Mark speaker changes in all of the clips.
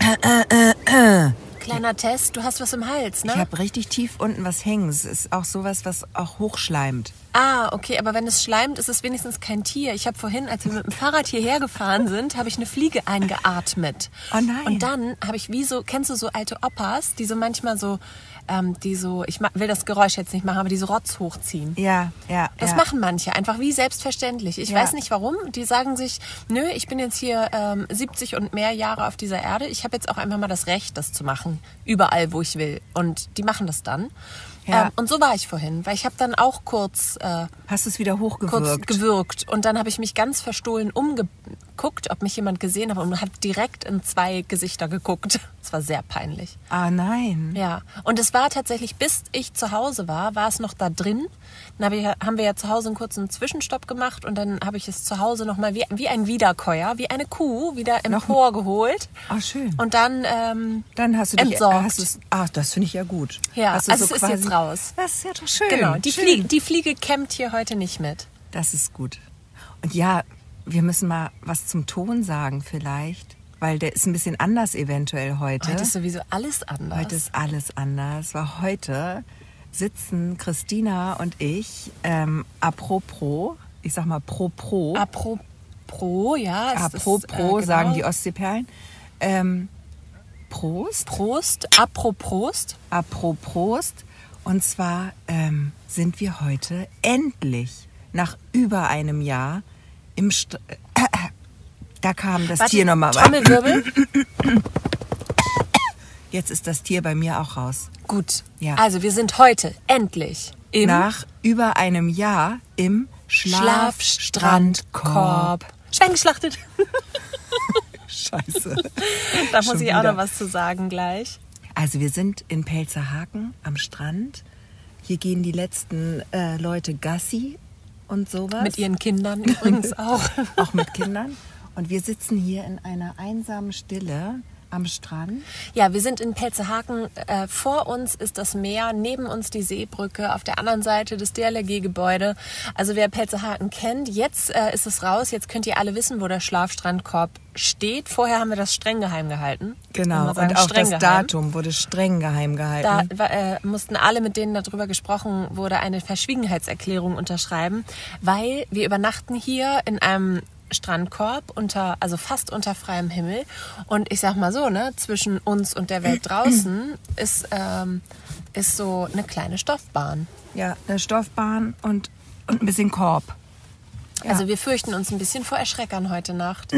Speaker 1: äh, äh, äh.
Speaker 2: Kleiner Test, du hast was im Hals, ne?
Speaker 1: Ich habe richtig tief unten was hängen. Es ist auch sowas, was auch hochschleimt.
Speaker 2: Ah, okay, aber wenn es schleimt, ist es wenigstens kein Tier. Ich habe vorhin, als wir mit dem Fahrrad hierher gefahren sind, habe ich eine Fliege eingeatmet.
Speaker 1: Oh nein.
Speaker 2: Und dann habe ich wie so, kennst du so alte Opas, die so manchmal so, ähm, die so, ich ma- will das Geräusch jetzt nicht machen, aber die so Rotz hochziehen.
Speaker 1: Ja, ja.
Speaker 2: Das
Speaker 1: ja.
Speaker 2: machen manche einfach wie selbstverständlich. Ich
Speaker 1: Ja.
Speaker 2: weiß nicht warum. Die sagen sich, nö, ich bin jetzt hier ähm, 70 und mehr Jahre auf dieser Erde. Ich habe jetzt auch einfach mal das Recht, das zu machen. Überall, wo ich will. Und die machen das dann.
Speaker 1: Ja.
Speaker 2: Ähm, und so war ich vorhin, weil ich habe dann auch kurz, äh,
Speaker 1: Hast du es wieder
Speaker 2: kurz
Speaker 1: hochgewirkt?
Speaker 2: gewürgt. Und dann habe ich mich ganz verstohlen umgeguckt, ob mich jemand gesehen hat und hat direkt in zwei Gesichter geguckt. Es war sehr peinlich.
Speaker 1: ah nein.
Speaker 2: Ja, und es war tatsächlich, bis ich zu Hause war, war es noch da drin. Dann hab ich, haben wir ja zu Hause einen kurzen Zwischenstopp gemacht und dann habe ich es zu Hause nochmal wie, wie ein Wiederkäuer, wie eine Kuh, wieder emporgeholt.
Speaker 1: Ah, schön.
Speaker 2: Und dann, ähm,
Speaker 1: Dann hast du dich
Speaker 2: Entsorgt.
Speaker 1: Hast du's, ah, das finde ich ja gut.
Speaker 2: Ja,
Speaker 1: hast du
Speaker 2: also es ist jetzt raus.
Speaker 1: Das ist ja doch schön.
Speaker 2: genau, die,
Speaker 1: schön.
Speaker 2: Fliege, die Fliege kämmt hier heute nicht mit.
Speaker 1: Das ist gut. Und ja, wir müssen mal was zum Ton sagen vielleicht, weil der ist ein bisschen anders eventuell heute.
Speaker 2: Heute ist sowieso alles anders.
Speaker 1: Heute ist alles anders, weil heute sitzen Christina und ich ähm, apropos, ich sag mal pro pro,
Speaker 2: Apropos, ja. es ist,
Speaker 1: Oh. apropos
Speaker 2: äh,
Speaker 1: sagen
Speaker 2: genau.
Speaker 1: die Ostseeperlen. Ähm, Prost.
Speaker 2: Prost, apropos.
Speaker 1: Apropos, und zwar ähm, sind wir heute endlich nach über einem Jahr im St Da kam das Tier nochmal rein.
Speaker 2: Trommelwirbel.
Speaker 1: Jetzt ist das Tier bei mir auch raus.
Speaker 2: Gut.
Speaker 1: Ja.
Speaker 2: Also wir sind heute endlich im
Speaker 1: Nach über einem Jahr im Schlafstrandkorb.
Speaker 2: Schlafstrandkorb. Schweingeschlachtet.
Speaker 1: Scheiße.
Speaker 2: Da muss
Speaker 1: Schon
Speaker 2: ich auch
Speaker 1: wieder.
Speaker 2: noch was zu sagen gleich.
Speaker 1: Also wir sind in Pelzerhaken am Strand. Hier gehen die letzten äh, Leute Gassi und sowas.
Speaker 2: Mit ihren Kindern übrigens auch.
Speaker 1: auch mit Kindern. Und wir sitzen hier in einer einsamen Stille am Strand.
Speaker 2: Ja, wir sind in Pelzehaken. Äh, vor uns ist das Meer, neben uns die Seebrücke, auf der anderen Seite das DLRG-Gebäude. Also wer Pelzehaken kennt, jetzt äh, ist es raus. Jetzt könnt ihr alle wissen, wo der Schlafstrandkorb steht. Vorher haben wir das streng geheim gehalten. Muss man sagen,
Speaker 1: Genau, und auch
Speaker 2: streng
Speaker 1: das
Speaker 2: geheim.
Speaker 1: Datum wurde streng geheim
Speaker 2: Da
Speaker 1: gehalten.
Speaker 2: wa- äh, mussten alle, mit denen darüber gesprochen wurde, eine Verschwiegenheitserklärung unterschreiben, weil wir übernachten hier in einem Strandkorb unter, also fast unter freiem Himmel. Und ich sag mal so, ne, zwischen uns und der Welt draußen ist, ähm, ist so eine kleine Stoffbahn.
Speaker 1: ja, eine Stoffbahn und, und ein bisschen Korb. Ja.
Speaker 2: Also wir fürchten uns ein bisschen vor Erschreckern heute Nacht.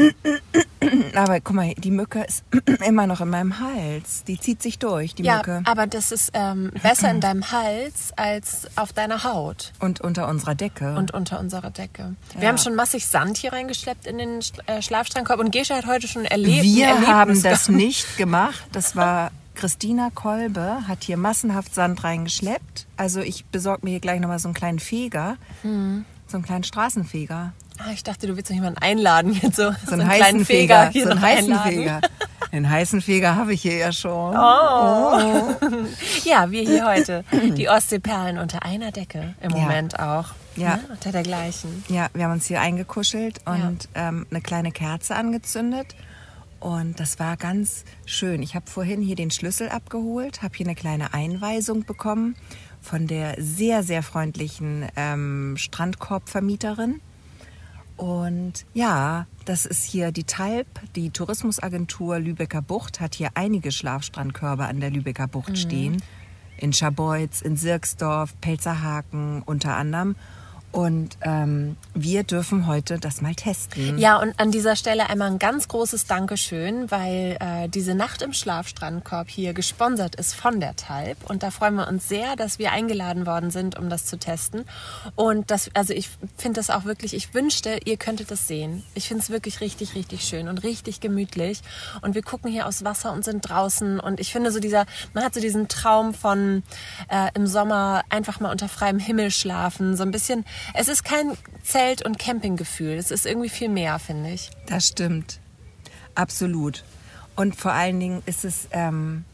Speaker 1: Aber guck mal, die Mücke ist immer noch in meinem Hals. Die zieht sich durch, die
Speaker 2: Ja,
Speaker 1: Mücke.
Speaker 2: aber das ist ähm, besser in deinem Hals als auf deiner Haut.
Speaker 1: Und unter unserer Decke.
Speaker 2: und unter unserer Decke. Wir
Speaker 1: Ja.
Speaker 2: haben schon massig Sand hier reingeschleppt in den Sch- äh, Schlafstrandkorb und Gesche hat heute schon erlebt.
Speaker 1: wir
Speaker 2: ein Erlebnis
Speaker 1: haben das
Speaker 2: gehabt.
Speaker 1: nicht gemacht. Das war Christina Kolbe, hat hier massenhaft Sand reingeschleppt. Also ich besorge mir hier gleich nochmal so einen kleinen Feger. So einen kleinen Straßenfeger.
Speaker 2: Ah, ich dachte, du willst noch jemanden einladen jetzt so.
Speaker 1: so einen, heißen Feger.
Speaker 2: hier
Speaker 1: so einen
Speaker 2: noch
Speaker 1: heißen
Speaker 2: einladen.
Speaker 1: Feger. Den heißen Feger habe ich hier ja schon. Oh.
Speaker 2: Ja, wir hier heute. Die Ostseeperlen unter einer Decke im
Speaker 1: Ja.
Speaker 2: Moment auch.
Speaker 1: Ja.
Speaker 2: Ne? Unter der gleichen.
Speaker 1: Ja, wir haben uns hier eingekuschelt und ähm, eine kleine Kerze angezündet. Und das war ganz schön. Ich habe vorhin hier den Schlüssel abgeholt, habe hier eine kleine Einweisung bekommen von der sehr, sehr freundlichen ähm, Strandkorbvermieterin. Und ja, das ist hier die TALP, die Tourismusagentur Lübecker Bucht, hat hier einige Schlafstrandkörbe an der Lübecker Bucht stehen. In Scharbeutz, in Sirksdorf, Pelzerhaken unter anderem. Und ähm, wir dürfen heute das mal testen.
Speaker 2: Ja, und an dieser Stelle einmal ein ganz großes Dankeschön, weil äh, diese Nacht im Schlafstrandkorb hier gesponsert ist von der Talb. Und da freuen wir uns sehr, dass wir eingeladen worden sind, um das zu testen. Und das, also ich finde das auch wirklich, ich wünschte, ihr könntet das sehen. Ich finde es wirklich richtig, richtig schön und richtig gemütlich. Und wir gucken hier aufs Wasser und sind draußen. Und ich finde so dieser, man hat so diesen Traum von äh, im Sommer einfach mal unter freiem Himmel schlafen. So ein bisschen, es ist kein Zelt- und Campinggefühl. Es ist irgendwie viel mehr, finde ich.
Speaker 1: Das stimmt. Absolut. Und vor allen Dingen ist es, ähm,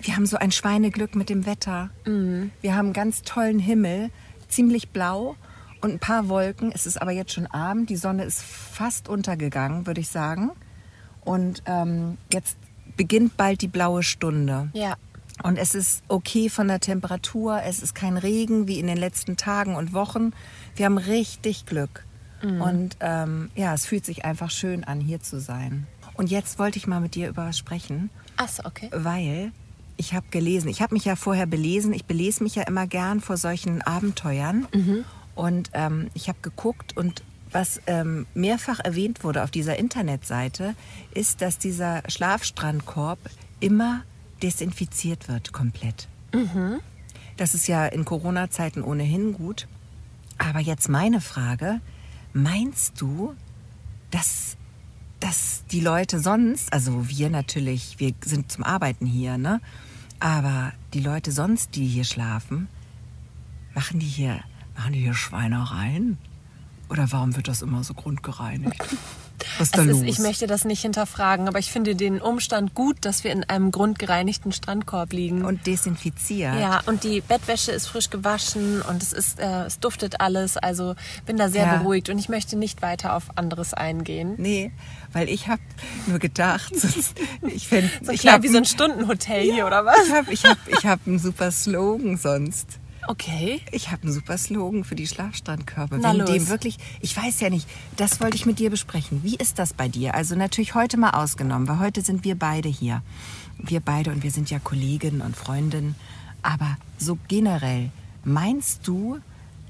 Speaker 1: wir haben so ein Schweineglück mit dem Wetter. Wir haben einen ganz tollen Himmel, ziemlich blau und ein paar Wolken. Es ist aber jetzt schon Abend, die Sonne ist fast untergegangen, würde ich sagen. Und ähm, jetzt beginnt bald die blaue Stunde.
Speaker 2: Ja.
Speaker 1: Und es ist okay von der Temperatur, es ist kein Regen wie in den letzten Tagen und Wochen. Wir haben richtig Glück. Und ähm, ja, es fühlt sich einfach schön an, hier zu sein. Und jetzt wollte ich mal mit dir über was sprechen,
Speaker 2: Achso, okay.
Speaker 1: weil ich habe gelesen, ich habe mich ja vorher belesen, ich belese mich ja immer gern vor solchen Abenteuern. Und ähm, ich habe geguckt und was ähm, mehrfach erwähnt wurde auf dieser Internetseite, ist, dass dieser Schlafstrandkorb immer desinfiziert wird komplett. Das ist ja in Corona-Zeiten ohnehin gut. Aber jetzt meine Frage, meinst du, dass, dass die Leute sonst, also wir natürlich, wir sind zum Arbeiten hier, ne? Aber die Leute sonst, die hier schlafen, machen die hier, machen die hier Schweinereien? Oder warum wird das immer so grundgereinigt? Was ist da
Speaker 2: Es
Speaker 1: los?
Speaker 2: ist, ich möchte das nicht hinterfragen, aber ich finde den Umstand gut, dass wir in einem grundgereinigten Strandkorb liegen.
Speaker 1: und desinfiziert.
Speaker 2: ja, und die Bettwäsche ist frisch gewaschen und es, ist, äh, es duftet alles. Also bin da sehr
Speaker 1: Ja.
Speaker 2: beruhigt und ich möchte nicht weiter auf anderes eingehen.
Speaker 1: Nee, weil ich habe nur gedacht, sonst, ich fände...
Speaker 2: So
Speaker 1: ich
Speaker 2: klar,
Speaker 1: hab
Speaker 2: wie so ein
Speaker 1: einen-
Speaker 2: Stundenhotel hier oder was?
Speaker 1: Ich habe ich hab, ich hab einen super Slogan sonst.
Speaker 2: Okay.
Speaker 1: Ich habe einen super Slogan für die Schlafstrandkörbe.
Speaker 2: Na
Speaker 1: Wenn
Speaker 2: los.
Speaker 1: dem wirklich, ich weiß ja nicht, das wollte ich mit dir besprechen. Wie ist das bei dir? Also natürlich heute mal ausgenommen, weil heute sind wir beide hier. Wir beide und wir sind ja Kolleginnen und Freundinnen. Aber so generell, meinst du,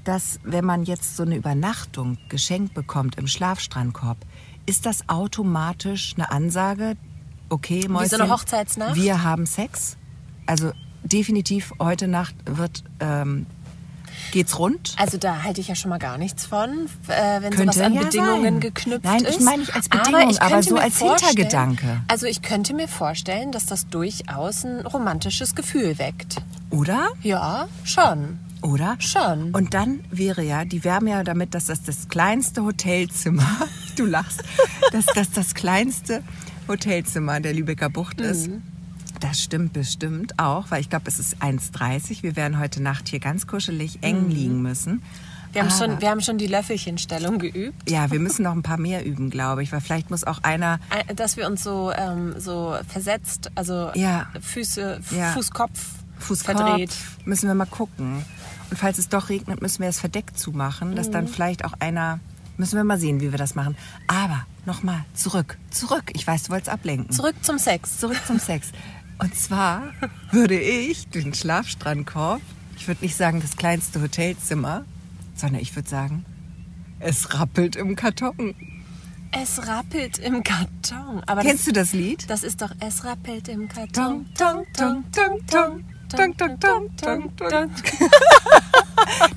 Speaker 1: dass wenn man jetzt so eine Übernachtung geschenkt bekommt im Schlafstrandkorb, ist das automatisch eine Ansage? Okay, Mäuschen,
Speaker 2: eine Hochzeitsnacht?
Speaker 1: Wir haben Sex. Also definitiv heute Nacht wird ähm, geht's rund.
Speaker 2: Also da halte ich ja schon mal gar nichts von, äh, wenn
Speaker 1: Könnte
Speaker 2: sowas an
Speaker 1: ja
Speaker 2: Bedingungen
Speaker 1: sein.
Speaker 2: geknüpft
Speaker 1: Nein,
Speaker 2: ist.
Speaker 1: ich meine nicht als Bedingung,
Speaker 2: ich
Speaker 1: aber
Speaker 2: könnte
Speaker 1: so
Speaker 2: mir
Speaker 1: als
Speaker 2: vorstellen-
Speaker 1: Hintergedanke.
Speaker 2: Also ich könnte mir vorstellen, dass das durchaus ein romantisches Gefühl weckt.
Speaker 1: Oder?
Speaker 2: Ja, schon.
Speaker 1: Oder?
Speaker 2: Schon.
Speaker 1: Und dann wäre ja, die werben ja damit, dass das das kleinste Hotelzimmer, du lachst, dass das das kleinste Hotelzimmer der Lübecker Bucht ist. Das stimmt bestimmt auch, weil ich glaube, es ist 1,30. Wir werden heute Nacht hier ganz kuschelig eng liegen müssen.
Speaker 2: Wir haben,
Speaker 1: Aber-
Speaker 2: schon, wir haben schon die Löffelchenstellung geübt,
Speaker 1: Ja, wir müssen noch ein paar mehr üben, glaube ich, weil vielleicht muss auch einer
Speaker 2: Ein- dass wir uns so, ähm, so versetzt, also
Speaker 1: Ja.
Speaker 2: Füße, F-
Speaker 1: Ja.
Speaker 2: Fußkopf
Speaker 1: Fußkorb
Speaker 2: verdreht.
Speaker 1: müssen wir mal gucken. Und falls es doch regnet, müssen wir es verdeckt zumachen, dass
Speaker 2: Mhm.
Speaker 1: dann vielleicht auch einer. Müssen wir mal sehen, wie wir das machen. Aber nochmal zurück, zurück. Ich weiß, du wolltest ablenken.
Speaker 2: Zurück zum Sex.
Speaker 1: Zurück zum Sex. Und zwar würde ich den Schlafstrandkorb, ich würde nicht sagen das kleinste Hotelzimmer, sondern ich würde sagen, es rappelt im Karton.
Speaker 2: Es rappelt im Karton. Aber das,
Speaker 1: Kennst du das Lied?
Speaker 2: das ist doch, es rappelt im
Speaker 1: Tong,
Speaker 2: Karton.
Speaker 1: tong, tong, tong, tong, tong, tong, tong, tong, tong.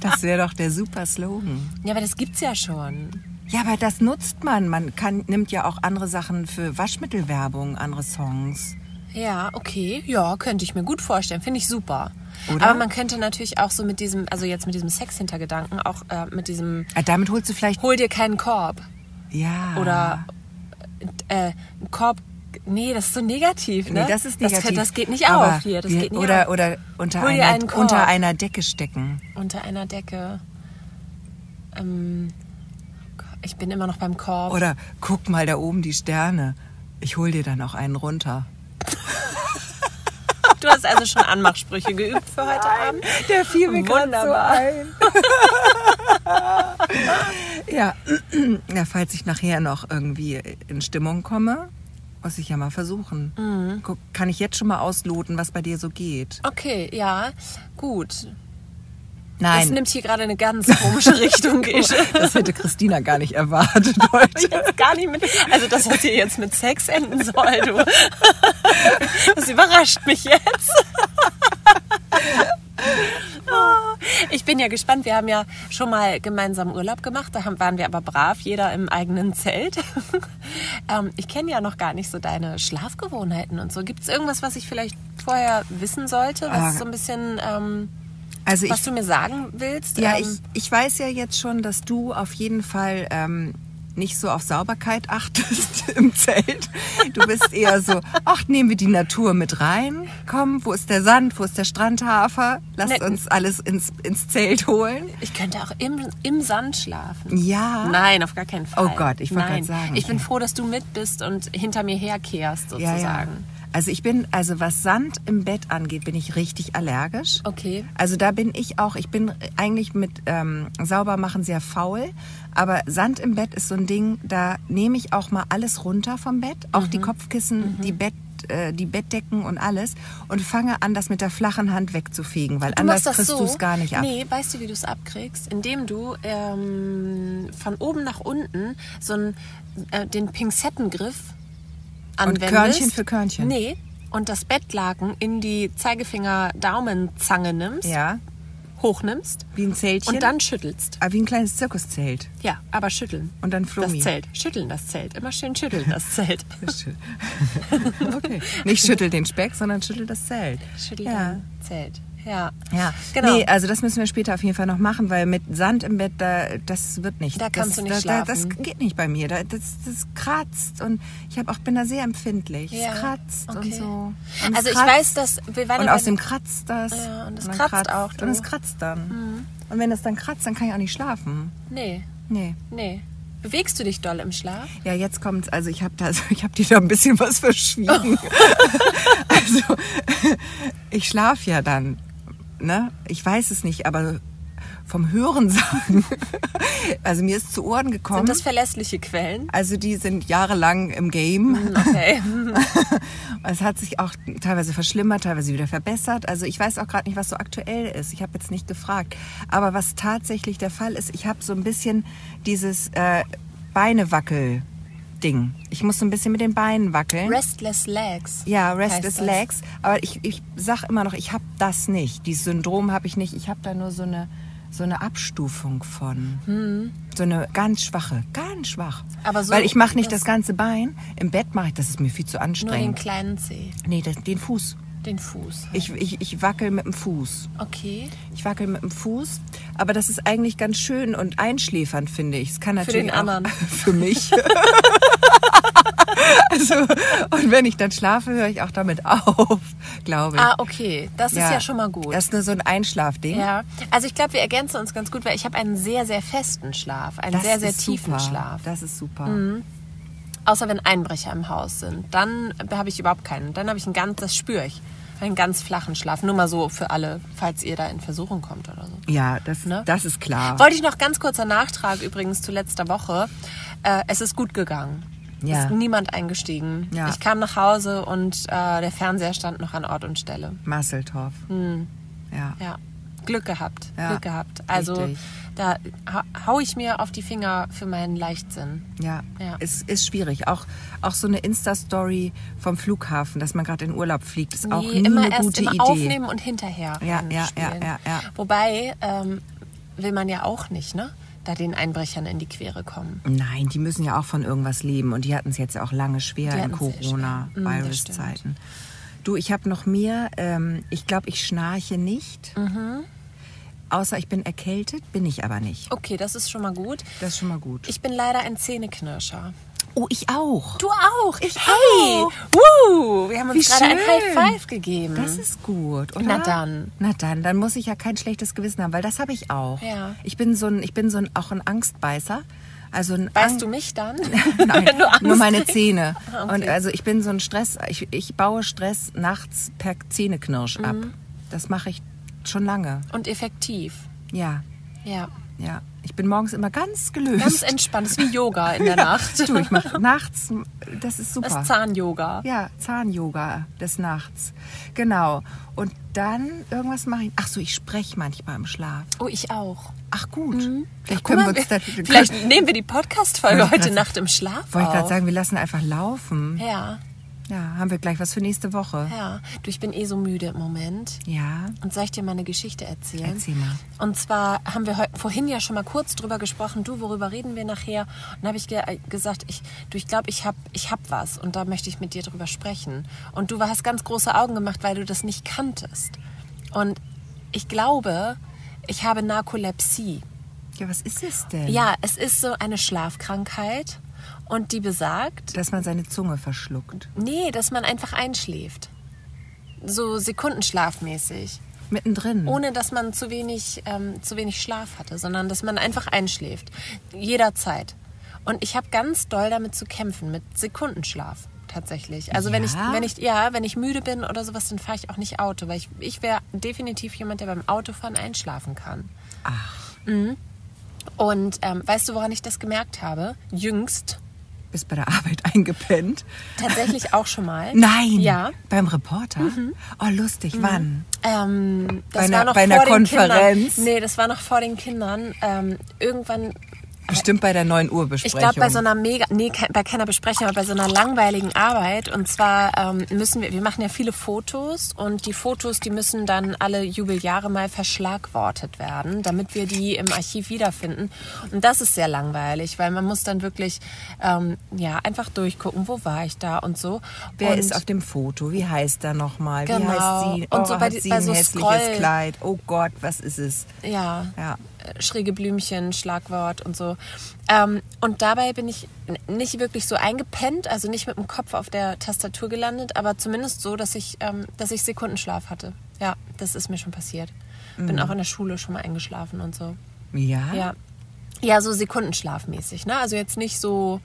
Speaker 1: Das wäre doch der super Slogan.
Speaker 2: Ja, aber das gibt's ja schon.
Speaker 1: Ja, aber das nutzt man. Man kann, nimmt ja auch andere Sachen für Waschmittelwerbung, andere Songs.
Speaker 2: Ja, okay. Ja, könnte ich mir gut vorstellen. Finde ich super.
Speaker 1: Oder?
Speaker 2: Aber man könnte natürlich auch so mit diesem, also jetzt mit diesem Sex-Hintergedanken, auch äh, mit diesem
Speaker 1: Ah, damit holst du vielleicht.
Speaker 2: Hol dir keinen Korb
Speaker 1: Ja.
Speaker 2: oder äh, ein Korb. Nee, das ist so negativ, ne?
Speaker 1: Ah. Nee, das ist negativ.
Speaker 2: Das, das geht nicht
Speaker 1: Aber
Speaker 2: auf hier. Das
Speaker 1: wir-
Speaker 2: geht nicht
Speaker 1: oder,
Speaker 2: auf.
Speaker 1: oder unter
Speaker 2: Hol dir einen
Speaker 1: einer,
Speaker 2: Korb.
Speaker 1: unter einer Decke stecken.
Speaker 2: Unter einer Decke. Ähm, ich bin immer noch beim Korb.
Speaker 1: Oder guck mal da oben die Sterne. Ich hol dir dann auch einen runter.
Speaker 2: Du hast also schon Anmachsprüche geübt für heute Abend.
Speaker 1: Der fiel
Speaker 2: mir grad so Wunderbar.
Speaker 1: ja. ja, falls ich nachher noch irgendwie in Stimmung komme, muss ich ja mal versuchen.
Speaker 2: Mhm.
Speaker 1: Guck, kann ich jetzt schon mal ausloten, was bei dir so geht?
Speaker 2: Okay, ja, gut.
Speaker 1: Nein.
Speaker 2: Das nimmt hier gerade eine ganz komische Richtung. Gesche.
Speaker 1: Das hätte Christina gar nicht erwartet heute.
Speaker 2: jetzt gar nicht mit. Also das, was hier jetzt mit Sex enden soll, du. Das überrascht mich jetzt. Oh, Ich bin ja gespannt. Wir haben ja schon mal gemeinsam Urlaub gemacht. Da haben, waren wir aber brav, jeder im eigenen Zelt. Ähm, ich kenne ja noch gar nicht so deine Schlafgewohnheiten und so. Gibt es irgendwas, was ich vielleicht vorher wissen sollte, was
Speaker 1: Ah.
Speaker 2: so ein bisschen, ähm,
Speaker 1: Also ich,
Speaker 2: was du mir sagen willst?
Speaker 1: ja,
Speaker 2: Ähm,
Speaker 1: ich, ich weiß ja jetzt schon, dass du auf jeden Fall ähm, nicht so auf Sauberkeit achtest im Zelt. Du bist eher so, ach, nehmen wir die Natur mit rein. Komm, wo ist der Sand, wo ist der Strandhafer? Lasst
Speaker 2: Ne-
Speaker 1: uns alles ins, ins Zelt holen.
Speaker 2: ich könnte auch im, im Sand schlafen.
Speaker 1: Ja.
Speaker 2: Nein, auf gar keinen Fall.
Speaker 1: Oh Gott, ich wollte
Speaker 2: Nein.
Speaker 1: gerade sagen.
Speaker 2: Ich bin froh, dass du mit bist und hinter mir herkehrst,
Speaker 1: Ja, ja.
Speaker 2: sozusagen.
Speaker 1: Also ich bin, also was Sand im Bett angeht, bin ich richtig allergisch.
Speaker 2: Okay.
Speaker 1: Also da bin ich auch, ich bin eigentlich mit ähm, sauber machen sehr faul, aber Sand im Bett ist so ein Ding, da nehme ich auch mal alles runter vom Bett, auch
Speaker 2: Mhm.
Speaker 1: die Kopfkissen, die Bett äh, die Bettdecken und alles und fange an, das mit der flachen Hand wegzufegen, weil
Speaker 2: Du
Speaker 1: anders
Speaker 2: machst das
Speaker 1: kriegst
Speaker 2: so.
Speaker 1: du es gar nicht ab.
Speaker 2: Nee, weißt du, wie du es abkriegst? Indem du ähm, von oben nach unten so einen, äh, den Pinzettengriff anwendest.
Speaker 1: Körnchen für Körnchen.
Speaker 2: Nee. Und das Bettlaken in die Zeigefinger-Daumenzange nimmst,
Speaker 1: Ja,
Speaker 2: hochnimmst
Speaker 1: wie ein Zeltchen.
Speaker 2: und dann schüttelst.
Speaker 1: Ah, wie ein kleines Zirkuszelt.
Speaker 2: Ja, aber schütteln.
Speaker 1: Und dann
Speaker 2: das
Speaker 1: Flummi.
Speaker 2: Zelt. Schütteln das Zelt. Immer schön schütteln das Zelt.
Speaker 1: okay. Nicht schüttel den Speck, sondern schüttel das Zelt.
Speaker 2: Schütteln
Speaker 1: ja.
Speaker 2: Zelt. Ja.
Speaker 1: Ja,
Speaker 2: Genau.
Speaker 1: Nee, also das müssen wir später auf jeden Fall noch machen, weil mit Sand im Bett, da, das wird nicht.
Speaker 2: Da kannst
Speaker 1: das,
Speaker 2: du nicht
Speaker 1: da, Da, das
Speaker 2: schlafen.
Speaker 1: geht nicht bei mir. Da, das, das kratzt und ich hab auch, bin da sehr empfindlich.
Speaker 2: Ja,
Speaker 1: äh, Es kratzt
Speaker 2: okay.
Speaker 1: und so. Und es
Speaker 2: Also ich
Speaker 1: kratzt
Speaker 2: weiß, dass wir waren
Speaker 1: Und
Speaker 2: ja
Speaker 1: aus
Speaker 2: bei-
Speaker 1: dem kratzt das.
Speaker 2: Ja, und es
Speaker 1: dann
Speaker 2: kratzt auch, du. Mhm.
Speaker 1: Und es kratzt dann. Und wenn das dann kratzt, dann kann ich auch nicht schlafen.
Speaker 2: Nee,
Speaker 1: Nee.
Speaker 2: nee. Bewegst du dich doll im Schlaf?
Speaker 1: Ja, jetzt kommt's. Also ich habe da, ich habe dir da ein bisschen was verschwiegen. also ich schlaf ja dann, ne? Ich weiß es nicht, aber vom Hören sagen. also mir ist zu Ohren gekommen.
Speaker 2: Sind das verlässliche Quellen?
Speaker 1: also die sind jahrelang im Game.
Speaker 2: Okay.
Speaker 1: Es hat sich auch teilweise verschlimmert, teilweise wieder verbessert. Also ich weiß auch gerade nicht, was so aktuell ist. Ich habe jetzt nicht gefragt. Aber was tatsächlich der Fall ist, ich habe so ein bisschen dieses äh, Beinewackel-Ding. Ich muss so ein bisschen mit den Beinen wackeln.
Speaker 2: Restless Legs.
Speaker 1: Hm? ja,
Speaker 2: heißt
Speaker 1: Restless
Speaker 2: das.
Speaker 1: Legs. Aber ich, ich sag immer noch, ich habe das nicht. Dieses Syndrom habe ich nicht. Ich habe da nur so eine, so eine Abstufung von. So eine ganz schwache, ganz schwach.
Speaker 2: Hm. Aber so-
Speaker 1: Weil ich mache nicht
Speaker 2: das-
Speaker 1: das, ganze Bein. Im Bett mache ich, das ist mir viel zu
Speaker 2: Nur den
Speaker 1: anstrengend.
Speaker 2: kleinen Zeh,
Speaker 1: Nee, das, den Fuß.
Speaker 2: den Fuß.
Speaker 1: Ich, ich, ich wackel mit dem Fuß.
Speaker 2: Okay.
Speaker 1: Ich wackel mit dem Fuß. Aber das ist eigentlich ganz schön und einschläfernd, finde ich. Es kann
Speaker 2: Für
Speaker 1: natürlich
Speaker 2: den anderen.
Speaker 1: Auch, für mich. also, und wenn ich dann schlafe, höre ich auch damit auf, glaube ich.
Speaker 2: Ah, okay. Das ist ja schon mal gut.
Speaker 1: Das ist nur so ein Einschlafding.
Speaker 2: ja, also ich glaube, wir ergänzen uns ganz gut, weil ich habe einen sehr, sehr festen Schlaf, einen
Speaker 1: Das
Speaker 2: sehr, sehr
Speaker 1: ist
Speaker 2: tiefen
Speaker 1: super.
Speaker 2: Schlaf. Mhm.
Speaker 1: Das ist super.
Speaker 2: Außer wenn Einbrecher im Haus sind, dann habe ich überhaupt keinen. Dann habe ich einen ganz, das spüre ich, einen ganz flachen Schlaf. Nur mal so für alle, falls ihr da in Versuchung kommt oder so.
Speaker 1: Ja, das,
Speaker 2: Ne?
Speaker 1: das ist klar.
Speaker 2: Wollte ich noch ganz kurzer Nachtrag übrigens zu letzter Woche. Äh, es ist gut gegangen.
Speaker 1: Ja.
Speaker 2: Ist niemand eingestiegen.
Speaker 1: Ja.
Speaker 2: Ich kam nach Hause und äh, der Fernseher stand noch an Ort und Stelle.
Speaker 1: Masseltorf.
Speaker 2: Mhm.
Speaker 1: Ja.
Speaker 2: Ja. Glück gehabt.
Speaker 1: Ja.
Speaker 2: Glück gehabt. Also
Speaker 1: Richtig.
Speaker 2: da ha- hau ich mir auf die Finger für meinen Leichtsinn.
Speaker 1: Ja,
Speaker 2: Ja.
Speaker 1: Es ist schwierig. Auch, auch so eine Insta-Story vom Flughafen, dass man gerade in Urlaub fliegt, ist auch
Speaker 2: Nee,
Speaker 1: nie
Speaker 2: immer
Speaker 1: eine
Speaker 2: erst
Speaker 1: gute
Speaker 2: im
Speaker 1: Idee.
Speaker 2: Aufnehmen und hinterher.
Speaker 1: Ja,
Speaker 2: ran
Speaker 1: ja, ja,
Speaker 2: spielen.
Speaker 1: ja, ja.
Speaker 2: Wobei ähm, will man ja auch nicht, ne? Da den Einbrechern in die Quere kommen.
Speaker 1: Nein, die müssen ja auch von irgendwas leben und die hatten es jetzt ja auch lange schwer
Speaker 2: Die
Speaker 1: in
Speaker 2: hatten's sehr schwer. Mm, das stimmt.
Speaker 1: Corona-Virus-Zeiten. Du, ich habe noch mehr. Ähm, ich glaube, ich schnarche nicht.
Speaker 2: Mhm.
Speaker 1: Außer ich bin erkältet, bin ich aber nicht.
Speaker 2: Okay, das ist schon mal gut.
Speaker 1: Das ist schon mal gut.
Speaker 2: Ich bin leider ein Zähneknirscher.
Speaker 1: oh, ich auch.
Speaker 2: Du auch. Ich hey.
Speaker 1: auch.
Speaker 2: Woo. Wir haben uns
Speaker 1: Wie
Speaker 2: gerade ein
Speaker 1: schön.
Speaker 2: High Five gegeben.
Speaker 1: Das ist gut, oder?
Speaker 2: Na dann.
Speaker 1: Na dann, dann muss ich ja kein schlechtes Gewissen haben, weil das habe ich auch.
Speaker 2: Ja.
Speaker 1: Ich bin so ein, ich bin so ein, auch ein Angstbeißer. Also ein
Speaker 2: weißt
Speaker 1: Ang-
Speaker 2: du mich dann?
Speaker 1: Nein,
Speaker 2: Wenn du Angst
Speaker 1: nur meine
Speaker 2: kriegst?
Speaker 1: Zähne.
Speaker 2: Ah, okay.
Speaker 1: Und also ich bin so ein Stress, ich, ich baue Stress nachts per Zähneknirsch
Speaker 2: Mhm.
Speaker 1: ab. Das mache ich schon lange.
Speaker 2: Und effektiv.
Speaker 1: Ja,
Speaker 2: Ja.
Speaker 1: ja. Ich bin morgens immer ganz gelöst.
Speaker 2: Ganz entspannt. Das ist wie Yoga in der Nacht.
Speaker 1: du, ich mache nachts, das ist super.
Speaker 2: Das ist Zahn-Yoga.
Speaker 1: Ja, Zahnyoga des Nachts. Genau. Und dann irgendwas mache ich. Ach so, ich spreche manchmal im Schlaf.
Speaker 2: Oh, ich auch.
Speaker 1: Ach gut. Vielleicht
Speaker 2: Mhm. Guck
Speaker 1: können
Speaker 2: mal,
Speaker 1: wir uns da,
Speaker 2: vielleicht nehmen wir die Podcast-Folge
Speaker 1: Wollte ich
Speaker 2: heute
Speaker 1: grad-
Speaker 2: Nacht im Schlaf
Speaker 1: Wollte ich gerade
Speaker 2: auf.
Speaker 1: sagen, wir lassen einfach laufen.
Speaker 2: Ja,
Speaker 1: Ja, haben wir gleich was für nächste Woche.
Speaker 2: ja. Du, ich bin eh so müde im Moment.
Speaker 1: Ja.
Speaker 2: Und soll ich dir mal eine Geschichte erzählen?
Speaker 1: Erzähl mal.
Speaker 2: Und zwar haben wir heu- vorhin ja schon mal kurz drüber gesprochen, du, worüber reden wir nachher? Und da habe ich ge äh, gesagt, ich, du, ich glaube, ich habe ich hab was und da möchte ich mit dir drüber sprechen. Und du hast ganz große Augen gemacht, weil du das nicht kanntest. Und ich glaube, ich habe Narkolepsie.
Speaker 1: Ja, was ist es denn?
Speaker 2: Ja, es ist so eine Schlafkrankheit und die besagt,
Speaker 1: Dass man seine Zunge verschluckt.
Speaker 2: nee, dass man einfach einschläft. So sekundenschlafmäßig.
Speaker 1: Mittendrin.
Speaker 2: ohne dass man zu wenig, ähm, zu wenig Schlaf hatte, sondern dass man einfach einschläft. Jederzeit. Und ich habe ganz doll damit zu kämpfen, mit Sekundenschlaf. tatsächlich. Also wenn ich
Speaker 1: Ja?
Speaker 2: wenn ich ja, wenn ich müde bin oder sowas, dann fahre ich auch nicht Auto, weil ich ich wäre definitiv jemand, der beim Autofahren einschlafen kann. Mhm.
Speaker 1: Ach,
Speaker 2: Und ähm, weißt du, woran ich das gemerkt habe? Jüngst
Speaker 1: bist bei der Arbeit eingepennt?
Speaker 2: tatsächlich auch schon mal.
Speaker 1: Nein.
Speaker 2: Ja. Mhm.
Speaker 1: Beim Reporter? Oh, lustig. Wann?
Speaker 2: Ähm, das
Speaker 1: Bei einer-
Speaker 2: war noch
Speaker 1: bei einer
Speaker 2: vor den
Speaker 1: Konferenz?
Speaker 2: Kindern. Nee, das war noch vor den Kindern. Ähm, irgendwann
Speaker 1: Bestimmt bei der 9 Uhr Besprechung.
Speaker 2: Äh, Ich glaube, bei so einer mega, nee, ke- bei keiner Besprechung, aber bei so einer langweiligen Arbeit. Und zwar ähm, müssen wir, wir machen ja viele Fotos und die Fotos, die müssen dann alle Jubeljahre mal verschlagwortet werden, damit wir die im Archiv wiederfinden. Und das ist sehr langweilig, weil man muss dann wirklich, ähm, ja, einfach durchgucken, wo war ich da und so.
Speaker 1: Wer
Speaker 2: und
Speaker 1: ist auf dem Foto? Wie heißt er nochmal? Wie
Speaker 2: Genau.
Speaker 1: heißt sie? Oh,
Speaker 2: Und so bei
Speaker 1: hat
Speaker 2: die-
Speaker 1: sie
Speaker 2: bei
Speaker 1: ein
Speaker 2: so
Speaker 1: hässliches
Speaker 2: Scroll-
Speaker 1: Kleid. Oh Gott, was ist es?
Speaker 2: Ja.
Speaker 1: Ja.
Speaker 2: äh, Schräge Blümchen, Schlagwort und so. Ähm, und dabei bin ich n- nicht wirklich so eingepennt, also nicht mit dem Kopf auf der Tastatur gelandet, aber zumindest so, dass ich, ähm, dass ich Sekundenschlaf hatte. Ja, das ist mir schon passiert. Bin auch in der Schule schon mal eingeschlafen und so.
Speaker 1: Ja?
Speaker 2: Ja. Ja, so Sekundenschlafmäßig, ne? Also jetzt nicht so.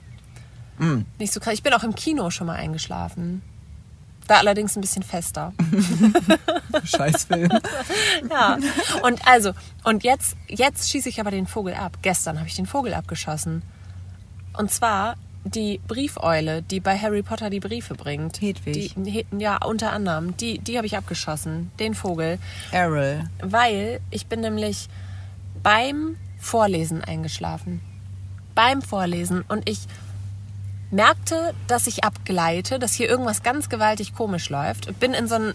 Speaker 2: Nicht so krass. Ich bin auch im Kino schon mal eingeschlafen. Da allerdings ein bisschen fester.
Speaker 1: Scheißfilm.
Speaker 2: Ja. Und also, und jetzt, jetzt schieße ich aber den Vogel ab. Gestern habe ich den Vogel abgeschossen. Und zwar die Briefeule, die bei Harry Potter die Briefe bringt.
Speaker 1: Hedwig.
Speaker 2: Die, He- ja, unter anderem. Die, die habe ich abgeschossen. Den Vogel.
Speaker 1: Errol.
Speaker 2: Weil ich bin nämlich beim Vorlesen eingeschlafen. Beim Vorlesen. Und ich merkte, dass ich abgleite, dass hier irgendwas ganz gewaltig komisch läuft. Bin in so einen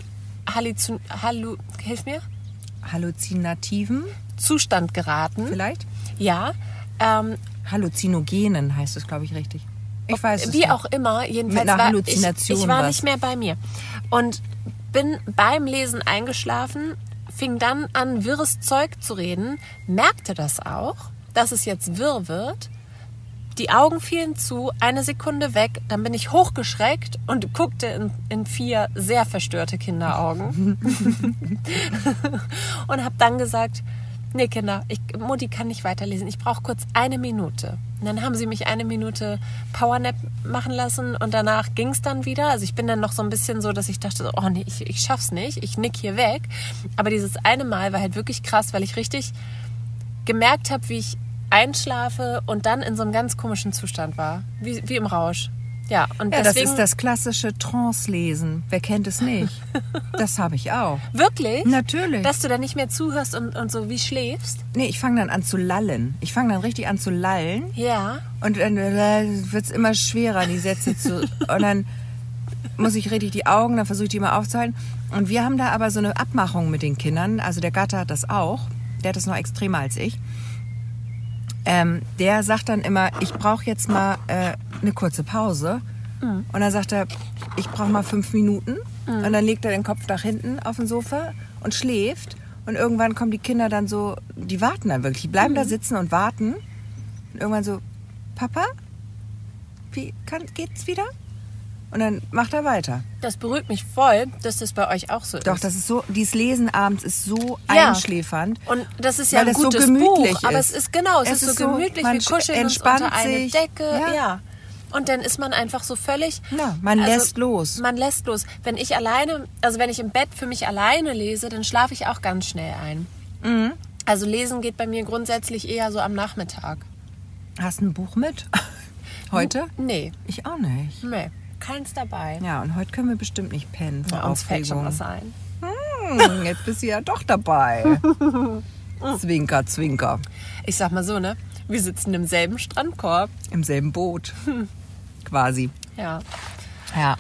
Speaker 2: Halluzin... Hallu... Hilf mir?
Speaker 1: Halluzinativen
Speaker 2: Zustand geraten.
Speaker 1: vielleicht?
Speaker 2: Ja. Ähm,
Speaker 1: Halluzinogenen heißt es, glaube ich, richtig. Ich weiß es
Speaker 2: wie
Speaker 1: nicht.
Speaker 2: auch immer, jedenfalls
Speaker 1: einer
Speaker 2: war ich,
Speaker 1: Halluzination
Speaker 2: ich war
Speaker 1: was.
Speaker 2: nicht mehr bei mir und bin beim Lesen eingeschlafen, fing dann an wirres Zeug zu reden, merkte das auch, dass es jetzt wirr wird. Die Augen fielen zu, eine Sekunde weg, dann bin ich hochgeschreckt und guckte in, in vier sehr verstörte Kinderaugen und habe dann gesagt, nee Kinder, ich, Mutti kann nicht weiterlesen, ich brauche kurz eine Minute. Und dann haben sie mich eine Minute Powernap machen lassen und danach ging es dann wieder. Also ich bin dann noch so ein bisschen so, dass ich dachte, so, oh nee, ich, ich schaff's nicht, ich nick hier weg. Aber dieses eine Mal war halt wirklich krass, weil ich richtig gemerkt habe, wie ich einschlafe und dann in so einem ganz komischen Zustand war, wie, wie im Rausch. Ja, und
Speaker 1: Ja, das
Speaker 2: deswegen
Speaker 1: ist das klassische Trance-Lesen. Wer kennt es nicht? Das habe ich auch.
Speaker 2: wirklich,
Speaker 1: Natürlich.
Speaker 2: dass du dann nicht mehr zuhörst und, und so wie schläfst.
Speaker 1: nee, ich fange dann an zu lallen. Ich fange dann richtig an zu lallen
Speaker 2: Ja,
Speaker 1: und dann wird es immer schwerer, die Sätze zu... Und dann muss ich richtig die Augen, dann versuche ich die immer aufzuhalten. Und wir haben da aber so eine Abmachung mit den Kindern. Also der Gatte hat das auch. Der hat das noch extremer als ich. Ähm, der sagt dann immer, ich brauche jetzt mal äh, eine kurze Pause. Und dann sagt er, ich brauche mal fünf Minuten. Und dann legt er den Kopf nach hinten auf den Sofa und schläft. Und irgendwann kommen die Kinder dann so, die warten dann wirklich, die bleiben da sitzen und warten. Und irgendwann so, Papa, wie kann, geht's wieder? Und dann macht er weiter.
Speaker 2: das berührt mich voll, dass das bei euch auch so
Speaker 1: Doch,
Speaker 2: ist.
Speaker 1: das ist so, dieses Lesen abends ist so
Speaker 2: Ja.
Speaker 1: einschläfernd.
Speaker 2: Und das ist ja
Speaker 1: weil
Speaker 2: ein
Speaker 1: es so
Speaker 2: gutes
Speaker 1: gemütlich
Speaker 2: Buch, aber es
Speaker 1: ist.
Speaker 2: ist genau, es,
Speaker 1: Es
Speaker 2: ist,
Speaker 1: ist
Speaker 2: so
Speaker 1: so,
Speaker 2: gemütlich,
Speaker 1: man
Speaker 2: wir kuscheln uns
Speaker 1: entspannt
Speaker 2: unter eine
Speaker 1: sich,
Speaker 2: Decke, ja.
Speaker 1: ja.
Speaker 2: Und dann ist man einfach so völlig. also
Speaker 1: Ja, man lässt los.
Speaker 2: Man lässt los. Wenn ich alleine, also wenn ich im Bett für mich alleine lese, dann schlafe ich auch ganz schnell ein.
Speaker 1: Mhm.
Speaker 2: Also lesen geht bei mir grundsätzlich eher so am Nachmittag.
Speaker 1: Hast du ein Buch mit? Heute?
Speaker 2: Nee,
Speaker 1: Ich auch nicht.
Speaker 2: nee, keins dabei.
Speaker 1: Ja, und heute können wir bestimmt nicht pennen vor
Speaker 2: Ja, uns fällt schon
Speaker 1: Aufregung.
Speaker 2: was ein.
Speaker 1: Hm, jetzt bist du ja doch dabei. zwinker, zwinker.
Speaker 2: Ich sag mal so, ne? Wir sitzen im selben Strandkorb.
Speaker 1: Im selben Boot.
Speaker 2: Hm.
Speaker 1: Quasi.
Speaker 2: Ja.
Speaker 1: Ja.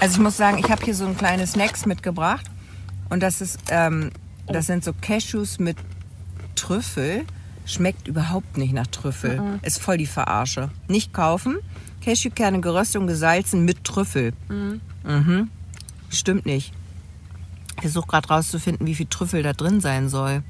Speaker 1: Also ich muss sagen, ich habe hier so ein kleines Snacks mitgebracht. Und das ist, ähm, das sind so Cashews mit Trüffel. Schmeckt überhaupt nicht nach Trüffel. Ist voll die Verarsche. Nicht kaufen. Cashewkerne geröstet und gesalzen mit Trüffel. Mhm.
Speaker 2: Mm.
Speaker 1: Stimmt nicht. Ich versuche gerade rauszufinden, wie viel Trüffel da drin sein soll.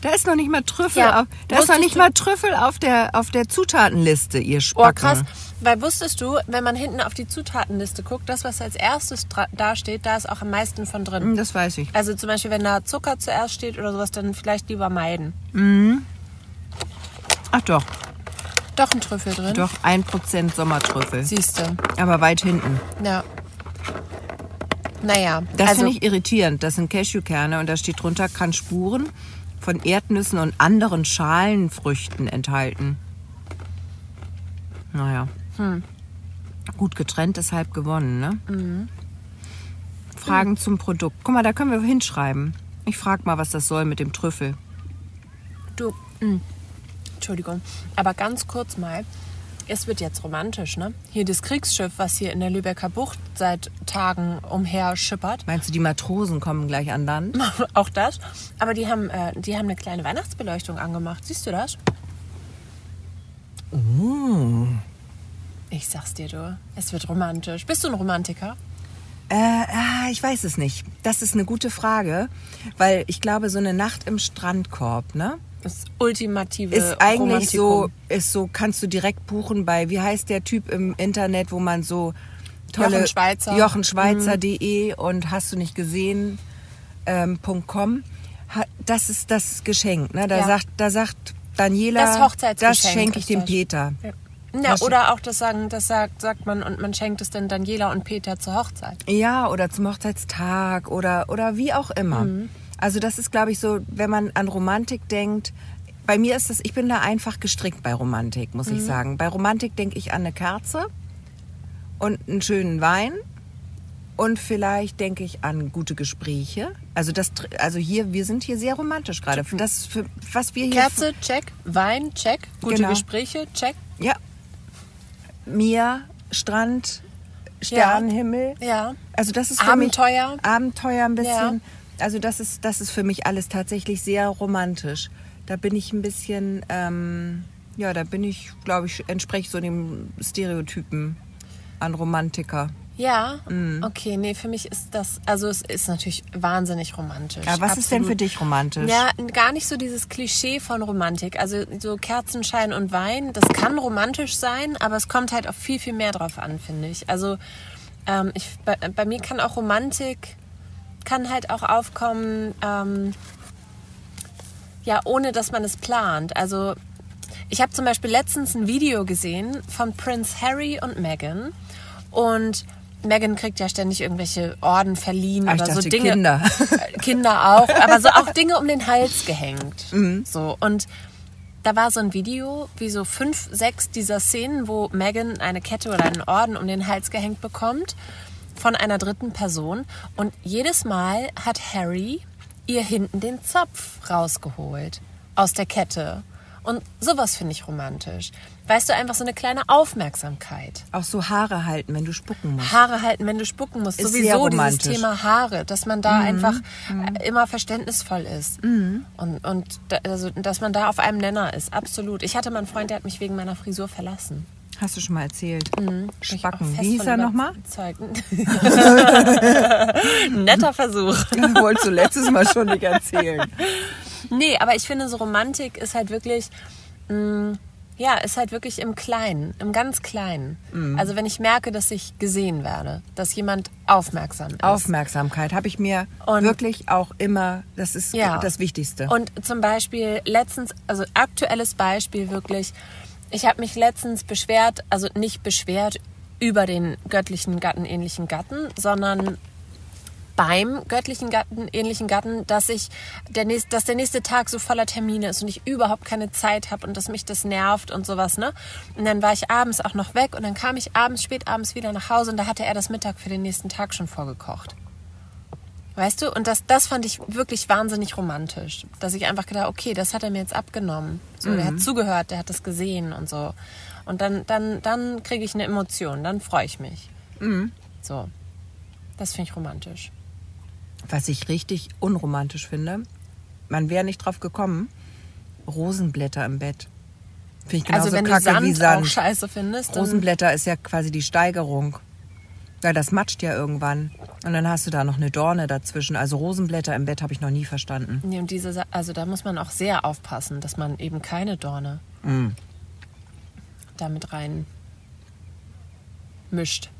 Speaker 1: Da ist noch nicht mal Trüffel
Speaker 2: Mm. Ja,
Speaker 1: auf, da ist noch
Speaker 2: wusstest
Speaker 1: nicht
Speaker 2: du-
Speaker 1: mal Trüffel auf der, auf der Zutatenliste, ihr
Speaker 2: Oh,
Speaker 1: Spacken.
Speaker 2: krass. Weil wusstest du, wenn man hinten auf die Zutatenliste guckt, das, was als erstes dra- da steht, da ist auch am meisten von drin.
Speaker 1: Hm, Das weiß ich.
Speaker 2: Also zum Beispiel, wenn da Zucker zuerst steht oder sowas, dann vielleicht lieber meiden.
Speaker 1: Ach doch.
Speaker 2: Doch ein Trüffel drin.
Speaker 1: Doch 1% Sommertrüffel.
Speaker 2: Siehst du.
Speaker 1: Aber weit hinten.
Speaker 2: Ja. Naja,
Speaker 1: Das
Speaker 2: also
Speaker 1: finde ich irritierend. Das sind Cashewkerne und da steht drunter, kann Spuren von Erdnüssen und anderen Schalenfrüchten enthalten. Naja. Gut getrennt, deshalb gewonnen, ne? Fragen zum Produkt. Guck mal, da können wir hinschreiben. Ich frage mal, was das soll mit dem Trüffel.
Speaker 2: du. mm, Entschuldigung. Aber ganz kurz mal. Es wird jetzt romantisch, ne? Hier das Kriegsschiff, was hier in der Lübecker Bucht seit Tagen umher schippert.
Speaker 1: Meinst du, die Matrosen kommen gleich an Land?
Speaker 2: Auch das. Aber die haben, äh, die haben eine kleine Weihnachtsbeleuchtung angemacht. Siehst du das?
Speaker 1: Mm.
Speaker 2: Ich sag's dir, du. Es wird romantisch. Bist du ein Romantiker?
Speaker 1: Äh, ah, ich weiß es nicht. Das ist eine gute Frage, weil ich glaube, so eine Nacht im Strandkorb, ne?
Speaker 2: Das ultimative
Speaker 1: ist eigentlich so,
Speaker 2: Äh, Romantikum.
Speaker 1: ist so, kannst du direkt buchen bei, wie heißt der Typ im Internet, wo man so tolle
Speaker 2: Jochen Schweizer. Mhm.
Speaker 1: jochenschweizer.de E und hast du nicht gesehen ähm, .com. Ha- Das ist das Geschenk, ne? Da
Speaker 2: Ja.
Speaker 1: sagt, da sagt Daniela,
Speaker 2: Das Hochzeitsgeschenk
Speaker 1: das schenke ich
Speaker 2: ist
Speaker 1: dem
Speaker 2: das.
Speaker 1: Peter.
Speaker 2: Ja, oder auch das sagen, das sagt, sagt man und man schenkt es dann Daniela und Peter zur Hochzeit.
Speaker 1: Ja, oder zum Hochzeitstag oder, oder wie auch immer. Also das ist, glaube ich, so, wenn man an Romantik denkt, bei mir ist das, ich bin da einfach gestrickt bei Romantik, muss ich sagen. Bei Romantik denke ich an eine Kerze und einen schönen Wein und vielleicht denke ich an gute Gespräche. Also das, tr- also hier, wir sind hier sehr romantisch gerade. Das, ist für, was wir hier
Speaker 2: Kerze, check. Wein, check. Gute
Speaker 1: Genau.
Speaker 2: Gespräche, check.
Speaker 1: ja, Meer, Strand, Sternenhimmel.
Speaker 2: Ja.
Speaker 1: Also das ist für
Speaker 2: Abenteuer.
Speaker 1: mich Abenteuer ein bisschen. Also das ist das ist für mich alles tatsächlich sehr romantisch. Da bin ich ein bisschen ähm, ja, da bin ich, glaube ich, entspreche so dem Stereotypen an Romantiker.
Speaker 2: Ja,
Speaker 1: Mm.
Speaker 2: okay, nee, für mich ist das, also es ist natürlich wahnsinnig romantisch.
Speaker 1: Ja, was ist denn für
Speaker 2: absolut.
Speaker 1: dich romantisch?
Speaker 2: Ja, gar nicht so dieses Klischee von Romantik. Also so Kerzenschein und Wein, das kann romantisch sein, aber es kommt halt auf viel, viel mehr drauf an, finde ich. Also ähm, ich, bei, bei mir kann auch Romantik, kann halt auch aufkommen, ähm, ja, ohne dass man es plant. Also ich habe zum Beispiel letztens ein Video gesehen von Prince Harry und Meghan und Meghan kriegt ja ständig irgendwelche Orden verliehen
Speaker 1: Ah, ich
Speaker 2: oder so
Speaker 1: dachte,
Speaker 2: Dinge.
Speaker 1: Kinder.
Speaker 2: Kinder auch, aber so auch Dinge um den Hals gehängt. So und da war so ein Video, wie so fünf, sechs dieser Szenen, wo Megan eine Kette oder einen Orden um den Hals gehängt bekommt von einer dritten Person und jedes Mal hat Harry ihr hinten den Zopf rausgeholt aus der Kette. Und sowas finde ich romantisch. Weißt du, einfach so eine kleine Aufmerksamkeit.
Speaker 1: Auch so Haare halten, wenn du spucken musst.
Speaker 2: Haare halten, wenn du spucken musst.
Speaker 1: Ist sehr
Speaker 2: Sowieso dieses
Speaker 1: romantisch. Mhm.
Speaker 2: Thema Haare, dass man da einfach äh, immer verständnisvoll ist. Und, und da, also, dass man da auf einem Nenner ist. Absolut. Ich hatte mal einen Freund, der hat mich wegen meiner Frisur verlassen.
Speaker 1: Hast du schon mal erzählt?
Speaker 2: Bin Mhm, ich auch
Speaker 1: Spacken.
Speaker 2: fest
Speaker 1: Wie hieß
Speaker 2: von
Speaker 1: er nochmal?
Speaker 2: überzeugt. Netter Versuch.
Speaker 1: Wolltest du letztes Mal schon nicht erzählen.
Speaker 2: Nee, aber ich finde, so Romantik ist halt wirklich. Mh, ja, ist halt wirklich im Kleinen, im ganz Kleinen.
Speaker 1: Mhm.
Speaker 2: Also wenn ich merke, dass ich gesehen werde, dass jemand aufmerksam ist.
Speaker 1: Aufmerksamkeit habe ich mir
Speaker 2: Und-
Speaker 1: wirklich auch immer, das ist
Speaker 2: Ja.
Speaker 1: das Wichtigste.
Speaker 2: Und zum Beispiel letztens, also aktuelles Beispiel wirklich, ich habe mich letztens beschwert, also nicht beschwert über den göttlichen Gatten, ähnlichen Gatten, sondern beim göttlichen Gatten, ähnlichen Gatten, dass ich der nächste, dass der nächste Tag so voller Termine ist und ich überhaupt keine Zeit habe und dass mich das nervt und sowas, ne? Und dann war ich abends auch noch weg und dann kam ich abends, spät abends wieder nach Hause und da hatte er das Mittag für den nächsten Tag schon vorgekocht. Weißt du, und das, das fand ich wirklich wahnsinnig romantisch. Dass ich einfach gedacht, okay, das hat er mir jetzt abgenommen. So, der
Speaker 1: Mhm.
Speaker 2: hat zugehört, der hat das gesehen und so. Und dann, dann, dann kriege ich eine Emotion, dann freue ich mich.
Speaker 1: Mhm.
Speaker 2: So. Das finde ich romantisch.
Speaker 1: Was ich richtig unromantisch finde, man wäre nicht drauf gekommen, Rosenblätter im Bett. Finde ich genauso
Speaker 2: also wenn
Speaker 1: kacke
Speaker 2: du Sand,
Speaker 1: wie
Speaker 2: auch
Speaker 1: Sand.
Speaker 2: scheiße findest, dann
Speaker 1: Rosenblätter ist ja quasi die Steigerung. Weil das matscht ja irgendwann. Und dann hast du da noch eine Dorne dazwischen. Also Rosenblätter im Bett habe ich noch nie verstanden.
Speaker 2: nee, und diese, Sa- also da muss man auch sehr aufpassen, dass man eben keine Dorne
Speaker 1: Mhm.
Speaker 2: damit rein mischt.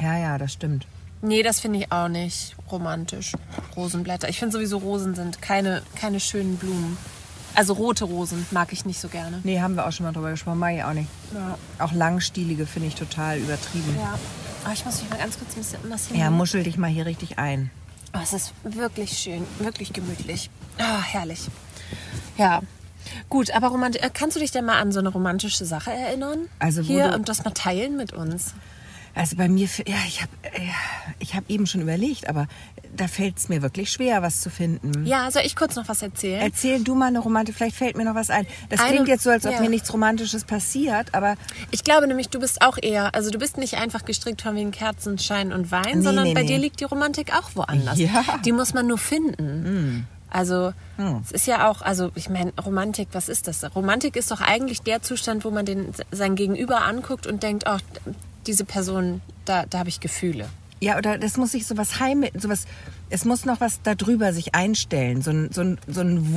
Speaker 1: Ja, ja, das stimmt.
Speaker 2: Nee, das finde ich auch nicht romantisch. Rosenblätter. Ich finde sowieso Rosen sind keine, keine schönen Blumen. Also rote Rosen mag ich nicht so gerne.
Speaker 1: Nee, haben wir auch schon mal drüber gesprochen. Mag ich auch nicht.
Speaker 2: Ja.
Speaker 1: Auch langstielige finde ich total übertrieben.
Speaker 2: ja. Oh, ich muss mich mal ganz kurz ein bisschen anders hin.
Speaker 1: Ja, muschel dich mal hier richtig ein.
Speaker 2: Oh, es ist wirklich schön, wirklich gemütlich. Ah, herrlich. Ja. Gut, aber romantisch, kannst du dich denn mal an so eine romantische Sache erinnern?
Speaker 1: Also, wo
Speaker 2: hier
Speaker 1: du-
Speaker 2: und das mal teilen mit uns.
Speaker 1: Also bei mir, f- ja, ich habe ja, ich hab eben schon überlegt, aber da fällt es mir wirklich schwer, was zu finden.
Speaker 2: Ja, soll ich kurz noch was erzählen?
Speaker 1: Erzähl du mal eine Romantik, vielleicht fällt mir noch was ein. Das
Speaker 2: Eine-
Speaker 1: klingt jetzt so, als ob
Speaker 2: ja.
Speaker 1: mir nichts Romantisches passiert, aber
Speaker 2: Ich glaube nämlich, du bist auch eher, also du bist nicht einfach gestrickt von wegen Kerzenschein und Wein,
Speaker 1: Nee,
Speaker 2: sondern
Speaker 1: nee,
Speaker 2: bei
Speaker 1: nee.
Speaker 2: dir liegt die Romantik auch woanders.
Speaker 1: Ja. Hm. Oh.
Speaker 2: Die muss man nur finden. Also es ist ja auch, also ich meine, Romantik, was ist das? Romantik ist doch eigentlich der Zustand, wo man den, sein Gegenüber anguckt und denkt, ach, diese Person, da, da habe ich Gefühle.
Speaker 1: Ja, oder das muss sich sowas heim, sowas, es muss noch was darüber sich einstellen, so ein, so ein, so ein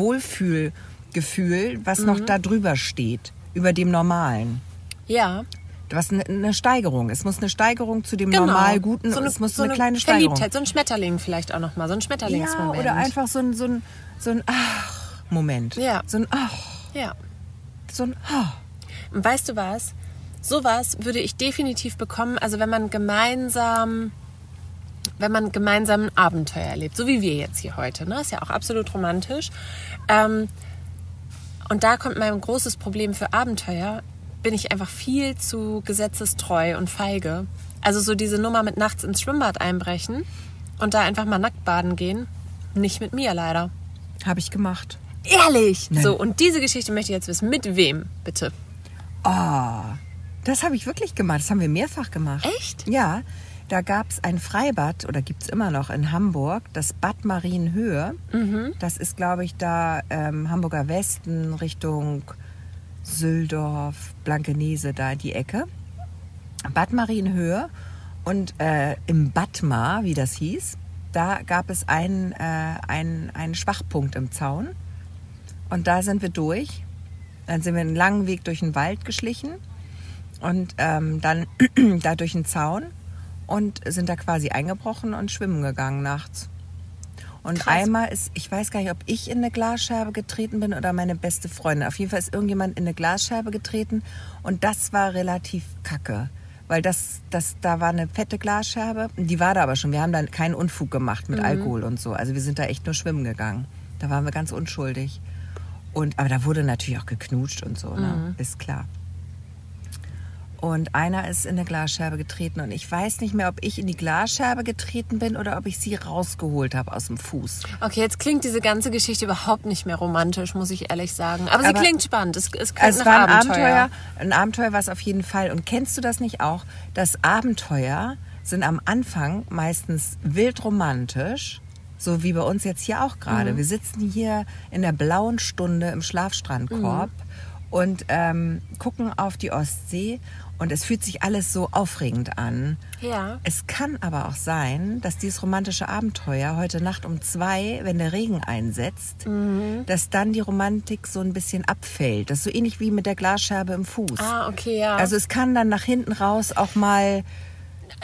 Speaker 1: Wohlfühlgefühl, was
Speaker 2: Mhm.
Speaker 1: noch da drüber steht, über dem Normalen.
Speaker 2: Ja,
Speaker 1: Was eine, eine Steigerung. ist. Es muss eine Steigerung zu dem
Speaker 2: genau.
Speaker 1: normal Guten,
Speaker 2: So
Speaker 1: es muss
Speaker 2: so
Speaker 1: eine kleine Steigerung.
Speaker 2: Verliebtheit, so ein Schmetterling vielleicht auch nochmal, so ein
Speaker 1: Ja,
Speaker 2: Schmetterlingsmoment.
Speaker 1: oder einfach so ein, so ein, so ein Ach-Moment.
Speaker 2: Ja.
Speaker 1: So ein Ach,
Speaker 2: Ja.
Speaker 1: so ein Ach.
Speaker 2: Und weißt du was? Sowas würde ich definitiv bekommen, also wenn man gemeinsam wenn man gemeinsam ein Abenteuer erlebt, so wie wir jetzt hier heute, ne? ist ja auch absolut romantisch. Ähm, und da kommt mein großes Problem für Abenteuer, bin ich einfach viel zu gesetzestreu und feige. Also so diese Nummer mit nachts ins Schwimmbad einbrechen und da einfach mal nackt baden gehen, nicht mit mir leider.
Speaker 1: Habe ich gemacht.
Speaker 2: Ehrlich!
Speaker 1: Nein.
Speaker 2: So, und diese Geschichte möchte ich jetzt wissen. Mit wem, bitte?
Speaker 1: Ah, das habe ich wirklich gemacht. Das haben wir mehrfach gemacht.
Speaker 2: Echt?
Speaker 1: Ja, da gab es ein Freibad oder gibt es immer noch in Hamburg, das Bad Marienhöhe. Das ist, glaube ich, da ähm, Hamburger Westen Richtung Süldorf, Blankenese, da die Ecke. Bad Marienhöhe und äh, im Badmar, wie das hieß, da gab es einen, äh, einen, einen Schwachpunkt im Zaun. Und da sind wir durch. Dann sind wir einen langen Weg durch den Wald geschlichen und ähm, dann da durch den Zaun und sind da quasi eingebrochen und schwimmen gegangen nachts. Und
Speaker 2: Krass.
Speaker 1: einmal ist, ich weiß gar nicht, ob ich in eine Glasscherbe getreten bin oder meine beste Freundin. Auf jeden Fall ist irgendjemand in eine Glasscherbe getreten und das war relativ kacke. Weil das, das, da war eine fette Glasscherbe, die war da aber schon. Wir haben dann keinen Unfug gemacht mit Alkohol und so. Also wir sind da echt nur schwimmen gegangen. Da waren wir ganz unschuldig. Und, aber da wurde natürlich auch geknutscht und so, ne? ist klar. Und einer ist in eine Glasscherbe getreten und ich weiß nicht mehr, ob ich in die Glasscherbe getreten bin oder ob ich sie rausgeholt habe aus dem Fuß.
Speaker 2: Okay, jetzt klingt diese ganze Geschichte überhaupt nicht mehr romantisch, muss ich ehrlich sagen. Aber,
Speaker 1: Aber-
Speaker 2: sie klingt spannend. Es, es klingt
Speaker 1: Also
Speaker 2: nach
Speaker 1: es war ein
Speaker 2: Abenteuer.
Speaker 1: Abenteuer, ein Abenteuer war es auf jeden Fall. Und kennst du das nicht auch? Das Abenteuer sind am Anfang meistens wild romantisch, so wie bei uns jetzt hier auch gerade. Wir sitzen hier in der blauen Stunde im Schlafstrandkorb und ähm, gucken auf die Ostsee und es fühlt sich alles so aufregend an.
Speaker 2: Ja.
Speaker 1: Es kann aber auch sein, dass dieses romantische Abenteuer heute Nacht um zwei, wenn der Regen einsetzt,
Speaker 2: Mhm.
Speaker 1: dass dann die Romantik so ein bisschen abfällt. Das ist so ähnlich wie mit der Glasscherbe im Fuß.
Speaker 2: Ah, okay, ja.
Speaker 1: Also es kann dann nach hinten raus auch mal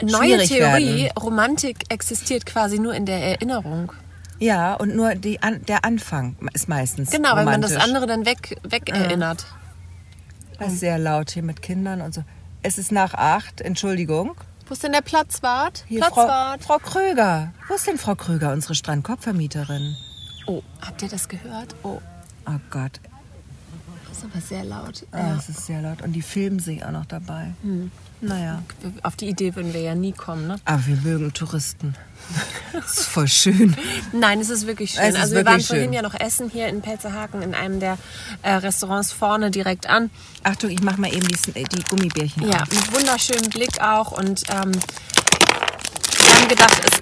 Speaker 2: Neue
Speaker 1: schwierig
Speaker 2: Theorie,
Speaker 1: werden.
Speaker 2: Romantik existiert quasi nur in der Erinnerung.
Speaker 1: Ja, und nur die, an, der Anfang ist meistens
Speaker 2: Genau, wenn man das
Speaker 1: romantisch.
Speaker 2: andere dann weg, weg erinnert.
Speaker 1: Das ist sehr laut hier mit Kindern und so. Es ist nach acht, Entschuldigung.
Speaker 2: Wo ist denn der Platzwart?
Speaker 1: Hier Frau,
Speaker 2: Platzwart.
Speaker 1: Frau Kröger. Wo ist denn Frau Kröger, unsere Strandkorbvermieterin?
Speaker 2: Oh, habt ihr das gehört? Oh,
Speaker 1: Oh Gott,
Speaker 2: das ist aber sehr laut.
Speaker 1: Ah,
Speaker 2: Ja. Hm.
Speaker 1: Es ist sehr laut. Und die filmen sich auch noch dabei. Naja.
Speaker 2: Auf die Idee würden wir ja nie kommen, ne?
Speaker 1: Aber Ah, wir mögen Touristen. Das ist voll schön.
Speaker 2: Nein, es ist wirklich schön.
Speaker 1: Es ist
Speaker 2: also wir
Speaker 1: wirklich
Speaker 2: waren vorhin
Speaker 1: schön.
Speaker 2: ja noch essen hier in Pelzerhaken in einem der äh, Restaurants vorne direkt an.
Speaker 1: Achtung, ich mach mal eben die, Sn- äh, die Gummibärchen
Speaker 2: Ja,
Speaker 1: auf.
Speaker 2: mit wunderschönem Blick auch und ähm, wir haben gedacht, es,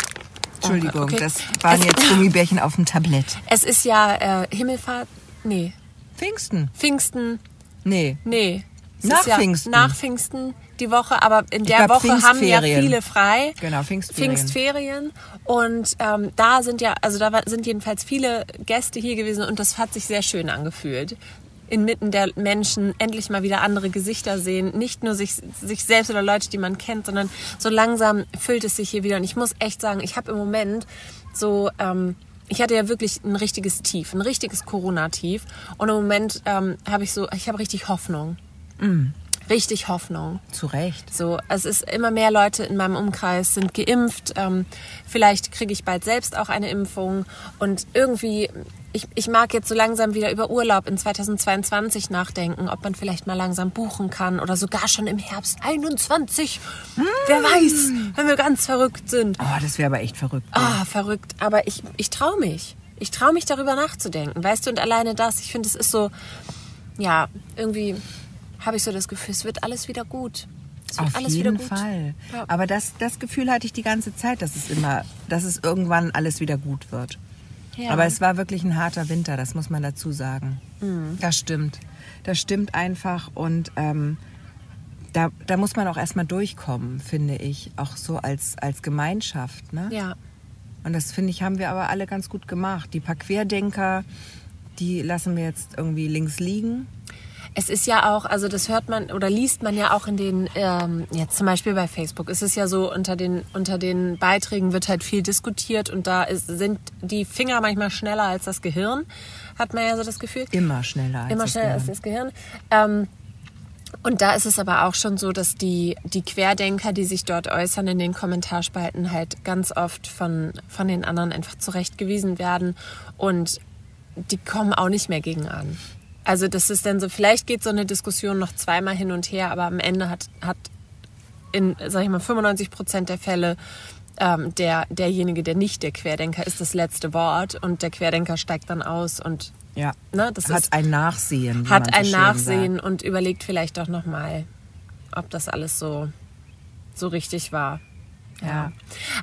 Speaker 1: Entschuldigung,
Speaker 2: Okay.
Speaker 1: das waren
Speaker 2: Es-
Speaker 1: jetzt Gummibärchen auf dem Tablett.
Speaker 2: es ist ja äh, Himmelfahrt, nee,
Speaker 1: Pfingsten?
Speaker 2: Pfingsten,
Speaker 1: Nee.
Speaker 2: nee. Es
Speaker 1: Nach
Speaker 2: ist ja
Speaker 1: Pfingsten.
Speaker 2: Nach Pfingsten die Woche, aber in der
Speaker 1: glaub,
Speaker 2: Woche haben ja
Speaker 1: Pfingstferien.
Speaker 2: viele frei.
Speaker 1: Genau, Pfingstferien.
Speaker 2: Pfingstferien. Und ähm, da sind ja, also da war- sind jedenfalls viele Gäste hier gewesen und das hat sich sehr schön angefühlt. Inmitten der Menschen endlich mal wieder andere Gesichter sehen. Nicht nur sich, sich selbst oder Leute, die man kennt, sondern so langsam füllt es sich hier wieder. Und ich muss echt sagen, ich habe im Moment so ähm, ich hatte ja wirklich ein richtiges Tief, ein richtiges Corona-Tief. Und im Moment ähm, habe ich so, ich habe richtig Hoffnung.
Speaker 1: Mm.
Speaker 2: Richtig Hoffnung.
Speaker 1: Zu Recht.
Speaker 2: So, es ist immer mehr Leute in meinem Umkreis sind geimpft. Ähm, vielleicht kriege ich bald selbst auch eine Impfung. Und irgendwie, ich, ich mag jetzt so langsam wieder über Urlaub in 2022 nachdenken, ob man vielleicht mal langsam buchen kann oder sogar schon im Herbst 21. Wer weiß, wenn wir ganz verrückt sind.
Speaker 1: Oh, das wäre aber echt verrückt.
Speaker 2: Ah, verrückt. Aber ich, ich traue mich. Ich traue mich darüber nachzudenken, weißt du? Und alleine das, ich finde, es ist so, ja, irgendwie habe ich so das Gefühl, es wird alles wieder gut. Es wird
Speaker 1: Auf
Speaker 2: alles
Speaker 1: jeden
Speaker 2: wieder gut.
Speaker 1: Fall.
Speaker 2: Ja.
Speaker 1: Aber das, das Gefühl hatte ich die ganze Zeit, dass es immer, dass es irgendwann alles wieder gut wird.
Speaker 2: Ja.
Speaker 1: Aber es war wirklich ein harter Winter, das muss man dazu sagen.
Speaker 2: Mhm.
Speaker 1: Das stimmt. Das stimmt einfach und ähm, da, da muss man auch erstmal durchkommen, finde ich. Auch so als, als Gemeinschaft. Ne?
Speaker 2: Ja,
Speaker 1: Und das finde ich, haben wir aber alle ganz gut gemacht. Die paar Querdenker, die lassen wir jetzt irgendwie links liegen.
Speaker 2: Es ist ja auch, also das hört man oder liest man ja auch in den, ähm, jetzt zum Beispiel bei Facebook, ist es ja so, unter den, unter den Beiträgen wird halt viel diskutiert und da ist, sind die Finger manchmal schneller als das Gehirn, hat man ja so das Gefühl.
Speaker 1: Immer schneller. Als
Speaker 2: Immer
Speaker 1: das
Speaker 2: schneller als
Speaker 1: Gehirn.
Speaker 2: das Gehirn. Ähm, und da ist es aber auch schon so, dass die, die Querdenker, die sich dort äußern in den Kommentarspalten, halt ganz oft von, von den anderen einfach zurechtgewiesen werden und die kommen auch nicht mehr gegen an. Also das ist dann so, vielleicht geht so eine Diskussion noch zweimal hin und her, aber am Ende hat, hat in, sag ich mal, 95 Prozent der Fälle ähm, der, derjenige, der nicht der Querdenker ist, das letzte Wort und der Querdenker steigt dann aus und
Speaker 1: Ja.
Speaker 2: Ne, das
Speaker 1: hat
Speaker 2: ist-
Speaker 1: ein Nachsehen. wie man
Speaker 2: hat
Speaker 1: so
Speaker 2: ein
Speaker 1: schön
Speaker 2: Nachsehen und überlegt vielleicht doch nochmal, ob das alles so, so richtig war. Ja.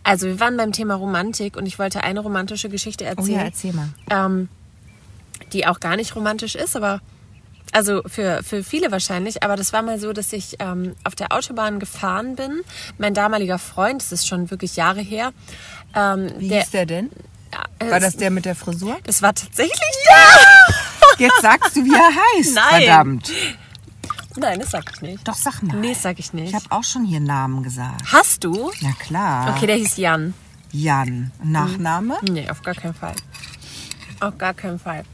Speaker 2: Also wir waren beim Thema Romantik und ich wollte eine romantische Geschichte
Speaker 1: Sagt. Oh
Speaker 2: erzählen,
Speaker 1: ja, erzähl mal.
Speaker 2: ähm, die auch gar nicht romantisch ist, aber also für, für viele wahrscheinlich, aber das war mal so, dass ich ähm, auf der Autobahn gefahren bin. Mein damaliger Freund, das ist schon wirklich Jahre her, ähm,
Speaker 1: Wie
Speaker 2: der,
Speaker 1: hieß der denn?
Speaker 2: äh,
Speaker 1: War das der mit der Frisur?
Speaker 2: das war tatsächlich
Speaker 1: Jetzt sagst du, wie er heißt.
Speaker 2: Nein.
Speaker 1: Verdammt.
Speaker 2: Nein, das sag ich nicht.
Speaker 1: Doch, sag mal.
Speaker 2: Nee, das sag ich nicht.
Speaker 1: Ich habe auch schon hier Namen gesagt.
Speaker 2: Hast du?
Speaker 1: Na klar.
Speaker 2: Okay, Mhm. der hieß Jan.
Speaker 1: Jan. Nachname?
Speaker 2: Nee, auf gar keinen Fall. Auf gar keinen Fall.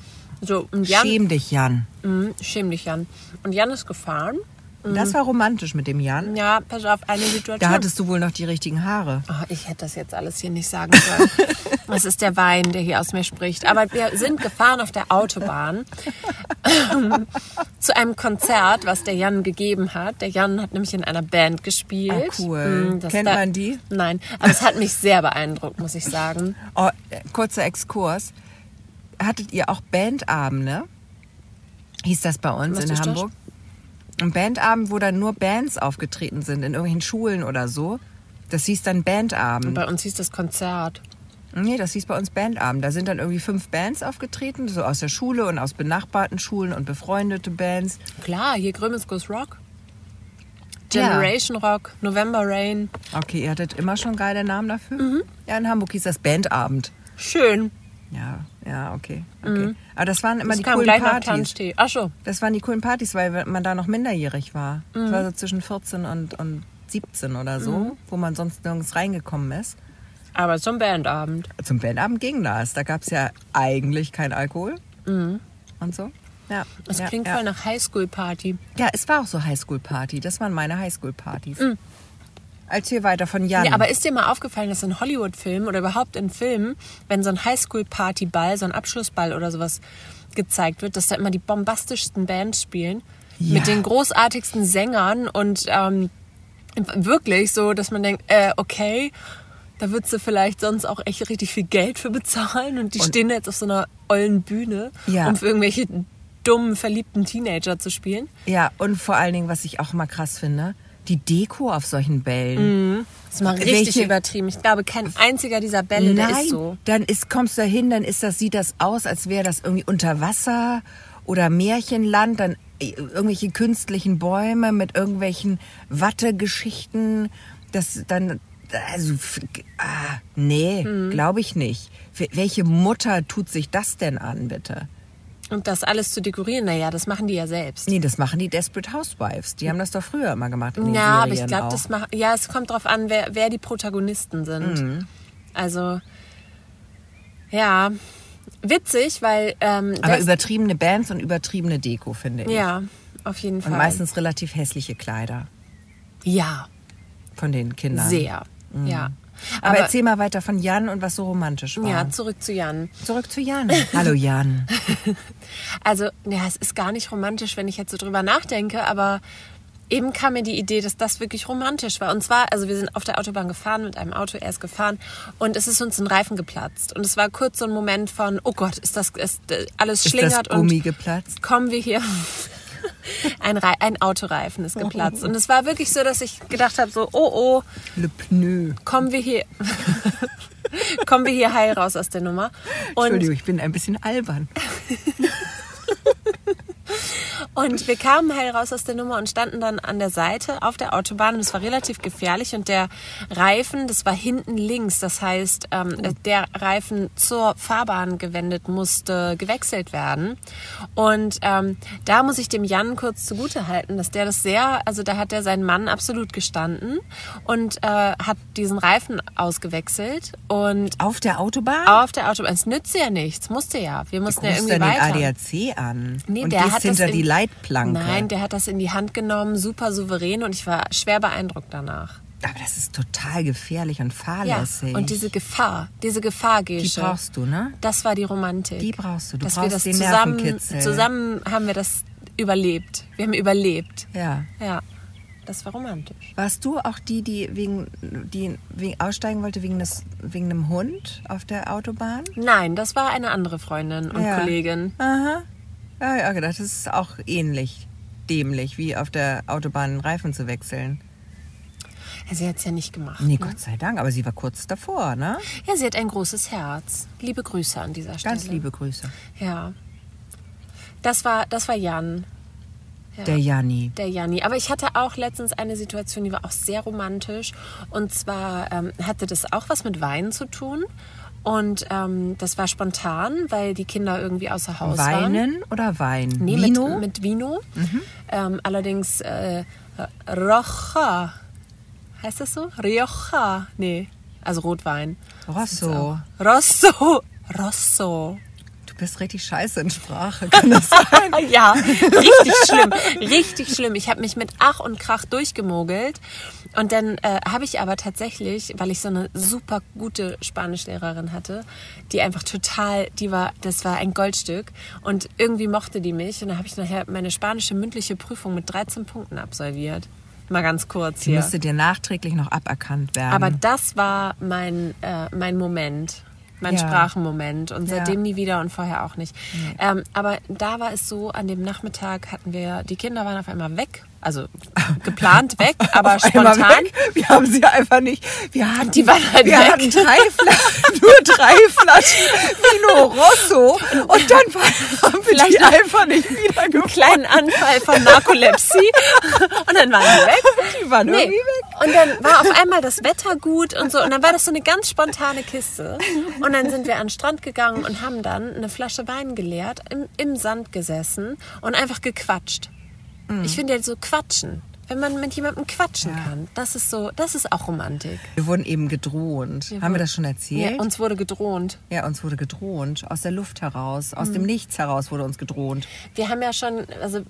Speaker 2: So, und Jan.
Speaker 1: Schäm dich, Jan.
Speaker 2: Mhm, schäm dich, Jan. Und Jan ist gefahren. Mhm.
Speaker 1: Das war romantisch mit dem Jan.
Speaker 2: Ja, pass auf, eine Situation.
Speaker 1: Da hattest du wohl noch die richtigen Haare.
Speaker 2: Ah, ich hätte das jetzt alles hier nicht sagen sollen. Das ist der Wein, der hier aus mir spricht. Aber wir sind gefahren auf der Autobahn ähm, zu einem Konzert, was der Jan gegeben hat. Der Jan hat nämlich in einer Band gespielt. Hm,
Speaker 1: Ah, cool.
Speaker 2: das
Speaker 1: Kennt
Speaker 2: da-
Speaker 1: man die?
Speaker 2: Nein, aber es hat mich sehr beeindruckt, muss ich sagen.
Speaker 1: Oh, äh, kurzer Exkurs. Hattet ihr auch Bandabende? Hieß das bei uns
Speaker 2: Was
Speaker 1: in
Speaker 2: ist das?
Speaker 1: Hamburg? Ein Bandabend, wo dann nur Bands aufgetreten sind, in irgendwelchen Schulen oder so. Das hieß dann Bandabend.
Speaker 2: Bei uns hieß das Konzert.
Speaker 1: Nee, das hieß bei uns Bandabend. Da sind dann irgendwie fünf Bands aufgetreten, so aus der Schule und aus benachbarten Schulen und befreundete Bands.
Speaker 2: Klar, hier Grömitz Goes Rock.
Speaker 1: Ja.
Speaker 2: Generation Rock, November Rain.
Speaker 1: Okay, ihr hattet immer schon geile Namen dafür?
Speaker 2: Mhm.
Speaker 1: Ja, in Hamburg hieß das Bandabend.
Speaker 2: Schön.
Speaker 1: Ja, ja, okay. okay. Aber das waren immer
Speaker 2: Mhm. Das
Speaker 1: die
Speaker 2: kam
Speaker 1: coolen
Speaker 2: gleich nach
Speaker 1: Partys.
Speaker 2: Tanztee. Ach so.
Speaker 1: Das waren die coolen Partys, weil man da noch minderjährig war.
Speaker 2: Mhm.
Speaker 1: Das war so zwischen 14 und, und 17 oder so, wo man sonst nirgends reingekommen ist.
Speaker 2: Aber zum Bandabend.
Speaker 1: Zum Bandabend ging das. Da gab es ja eigentlich kein Alkohol und so. Ja,
Speaker 2: Mhm. Das
Speaker 1: ja,
Speaker 2: klingt
Speaker 1: ja.
Speaker 2: voll nach Highschool-Party.
Speaker 1: Ja, es war auch so Highschool-Party. Das waren meine Highschool-Partys. Als hier weiter von Jan.
Speaker 2: Mhm. Ja, aber ist dir mal aufgefallen, dass in Hollywood-Filmen oder überhaupt in Filmen, wenn so ein Highschool-Party-Ball, so ein Abschlussball oder sowas gezeigt wird, dass da immer die bombastischsten Bands spielen,
Speaker 1: Ja.
Speaker 2: mit den großartigsten Sängern und ähm, wirklich so, dass man denkt, äh, okay, da würdest du vielleicht sonst auch echt richtig viel Geld für bezahlen und die stehen da jetzt auf so einer ollen Bühne,
Speaker 1: Ja.
Speaker 2: um für irgendwelche dummen, verliebten Teenager zu spielen.
Speaker 1: ja, und vor allen Dingen, was ich auch mal krass finde, die Deko auf solchen Bällen.
Speaker 2: Mm, Das ist mal richtig
Speaker 1: Äh, Welche-
Speaker 2: übertrieben. Ich glaube, kein einziger dieser Bälle,
Speaker 1: Nein,
Speaker 2: der ist so.
Speaker 1: dann Also ist, kommst du da hin, dann ist das, sieht das aus, als wäre das irgendwie unter Wasser oder Märchenland, dann i- irgendwelche künstlichen Bäume mit irgendwelchen Wattegeschichten. Das dann, also, f- ah, nee,
Speaker 2: Mm.
Speaker 1: glaube ich nicht. W- Welche Mutter tut sich das denn an, bitte?
Speaker 2: Und das alles zu dekorieren, naja, das machen die ja selbst.
Speaker 1: Nee, das machen die Desperate Housewives. Die haben das doch früher immer gemacht. In den
Speaker 2: ja, aber ich
Speaker 1: Serien
Speaker 2: glaube,
Speaker 1: auch.
Speaker 2: das macht. Ja,
Speaker 1: Mhm.
Speaker 2: es kommt drauf an, wer, wer die Protagonisten sind. Also. Ja, witzig, weil... Ähm,
Speaker 1: Aber
Speaker 2: das-
Speaker 1: übertriebene Bands und übertriebene Deko, finde ich.
Speaker 2: ja, auf jeden Fall.
Speaker 1: Und meistens relativ hässliche Kleider
Speaker 2: ja,
Speaker 1: von den Kindern.
Speaker 2: sehr. Ja.
Speaker 1: Mhm. Aber, erzähl mal weiter von Jan und was so romantisch war.
Speaker 2: ja, zurück zu Jan.
Speaker 1: Zurück zu Jan. Hallo Jan.
Speaker 2: Also, ja, es ist gar nicht romantisch, wenn ich jetzt so drüber nachdenke, aber eben kam mir die Idee, dass das wirklich romantisch war. Und zwar, also wir sind auf der Autobahn gefahren, mit einem Auto erst gefahren und es ist uns ein Reifen geplatzt. Und es war kurz so ein Moment von, oh Gott, ist das, ist, äh, alles
Speaker 1: Ist das
Speaker 2: schlingert und
Speaker 1: Gummi geplatzt?
Speaker 2: kommen wir hier. Ein, Rei ein Autoreifen ist geplatzt. Und es war wirklich so, dass ich gedacht habe, so, oh oh,
Speaker 1: Le Pneu.
Speaker 2: kommen wir hier, kommen wir hier heil raus aus der Nummer. Und,
Speaker 1: Entschuldigung, ich bin ein bisschen albern.
Speaker 2: und wir kamen heil raus aus der Nummer und standen dann an der Seite auf der Autobahn und es war relativ gefährlich und der Reifen, das war hinten links, das heißt, ähm,
Speaker 1: Oh.
Speaker 2: der Reifen zur Fahrbahn gewendet musste, gewechselt werden. Und ähm, da muss ich dem Jan kurz zugute halten, dass der das sehr, also da hat er seinen Mann absolut gestanden und äh, hat diesen Reifen ausgewechselt und
Speaker 1: Auf der Autobahn?
Speaker 2: auf der Autobahn. Es nützt ja nichts, musste ja. Wir mussten ja
Speaker 1: Rufst
Speaker 2: irgendwie
Speaker 1: dann den
Speaker 2: weiter.
Speaker 1: ADAC an
Speaker 2: Nee,
Speaker 1: und
Speaker 2: der
Speaker 1: gehst
Speaker 2: hat das
Speaker 1: hinter
Speaker 2: in-
Speaker 1: die Leitplanke.
Speaker 2: Nein, der hat das in die Hand genommen, super souverän und ich war schwer beeindruckt danach.
Speaker 1: Aber das ist total gefährlich und
Speaker 2: Ja.
Speaker 1: fahrlässig.
Speaker 2: Und diese Gefahr, diese Gefahr,
Speaker 1: die
Speaker 2: Gesche,
Speaker 1: brauchst du, ne?
Speaker 2: das war die Romantik.
Speaker 1: Die brauchst du. Du
Speaker 2: dass wir
Speaker 1: brauchst
Speaker 2: das
Speaker 1: den
Speaker 2: zusammen,
Speaker 1: Nervenkitzel.
Speaker 2: zusammen haben wir das überlebt. Wir haben überlebt.
Speaker 1: Ja.
Speaker 2: Ja, das war romantisch.
Speaker 1: Warst du auch die, die wegen, die wegen aussteigen wollte wegen, des, wegen einem Hund auf der Autobahn?
Speaker 2: Nein, das war eine andere Freundin und
Speaker 1: Ja.
Speaker 2: Kollegin.
Speaker 1: Aha. Ja, ja, gedacht, das ist auch ähnlich dämlich, wie auf der Autobahn einen Reifen zu wechseln.
Speaker 2: Sie hat es ja nicht gemacht.
Speaker 1: Nee, Gott sei Dank, aber sie war kurz davor, ne?
Speaker 2: Ja, sie hat ein großes Herz. Liebe Grüße an dieser Stelle.
Speaker 1: Ganz liebe Grüße.
Speaker 2: Ja. Das war, das war Jan,
Speaker 1: Der Janni.
Speaker 2: der Janni. Aber ich hatte auch letztens eine Situation, die war auch sehr romantisch. Und zwar ähm, hatte das auch was mit Wein zu tun. Und ähm, das war spontan, weil die Kinder irgendwie außer Haus waren.
Speaker 1: Weinen oder Wein?
Speaker 2: Nee,
Speaker 1: Vino?
Speaker 2: Mit, mit Vino. Ähm, allerdings äh, Rocha. Heißt das so? Rioja. Nee, also Rotwein.
Speaker 1: Rosso.
Speaker 2: Rosso. Rosso.
Speaker 1: Du bist richtig scheiße in Sprache, kann das sein?
Speaker 2: ja, richtig schlimm, richtig schlimm. Ich habe mich mit Ach und Krach durchgemogelt. Und dann äh, habe ich aber tatsächlich, weil ich so eine super gute Spanischlehrerin hatte, die einfach total, die war, das war ein Goldstück. Und irgendwie mochte die mich. Und dann habe ich nachher meine spanische mündliche Prüfung mit 13 Punkten absolviert. Mal ganz kurz
Speaker 1: Die
Speaker 2: hier.
Speaker 1: müsste dir nachträglich noch aberkannt werden.
Speaker 2: Aber das war mein, äh, mein Moment, mein
Speaker 1: Ja.
Speaker 2: Sprachenmoment und
Speaker 1: Ja.
Speaker 2: seitdem nie wieder und vorher auch nicht. Ähm, aber da war es so, an dem Nachmittag hatten wir, die Kinder waren auf einmal weg, also geplant weg, aber
Speaker 1: Auf einmal
Speaker 2: spontan.
Speaker 1: weg. Wir haben sie einfach nicht. Wir hatten,
Speaker 2: Die waren halt
Speaker 1: wir
Speaker 2: weg.
Speaker 1: hatten drei Flaschen, nur drei Flaschen Vino Rosso und dann war- haben wir die
Speaker 2: Vielleicht noch-
Speaker 1: einfach nicht wieder
Speaker 2: Kleinen Anfall von Narkolepsie und dann waren die weg.
Speaker 1: Die waren
Speaker 2: Nee.
Speaker 1: irgendwie weg.
Speaker 2: Und dann war auf einmal das Wetter gut und so. Und dann war das so eine ganz spontane Kiste. Und dann sind wir an den Strand gegangen und haben dann eine Flasche Wein geleert, im, im Sand gesessen und einfach gequatscht.
Speaker 1: Mhm.
Speaker 2: Ich finde ja so quatschen. Wenn man mit jemandem quatschen kann, das ist so, das ist auch Romantik.
Speaker 1: Wir wurden eben gedroht. haben wir das schon
Speaker 2: Ja,
Speaker 1: erzählt?
Speaker 2: uns wurde gedroht.
Speaker 1: Ja, uns wurde gedroht. Aus der Luft heraus, aus
Speaker 2: Mhm.
Speaker 1: dem Nichts heraus wurde uns gedroht.
Speaker 2: Wir haben ja schon, also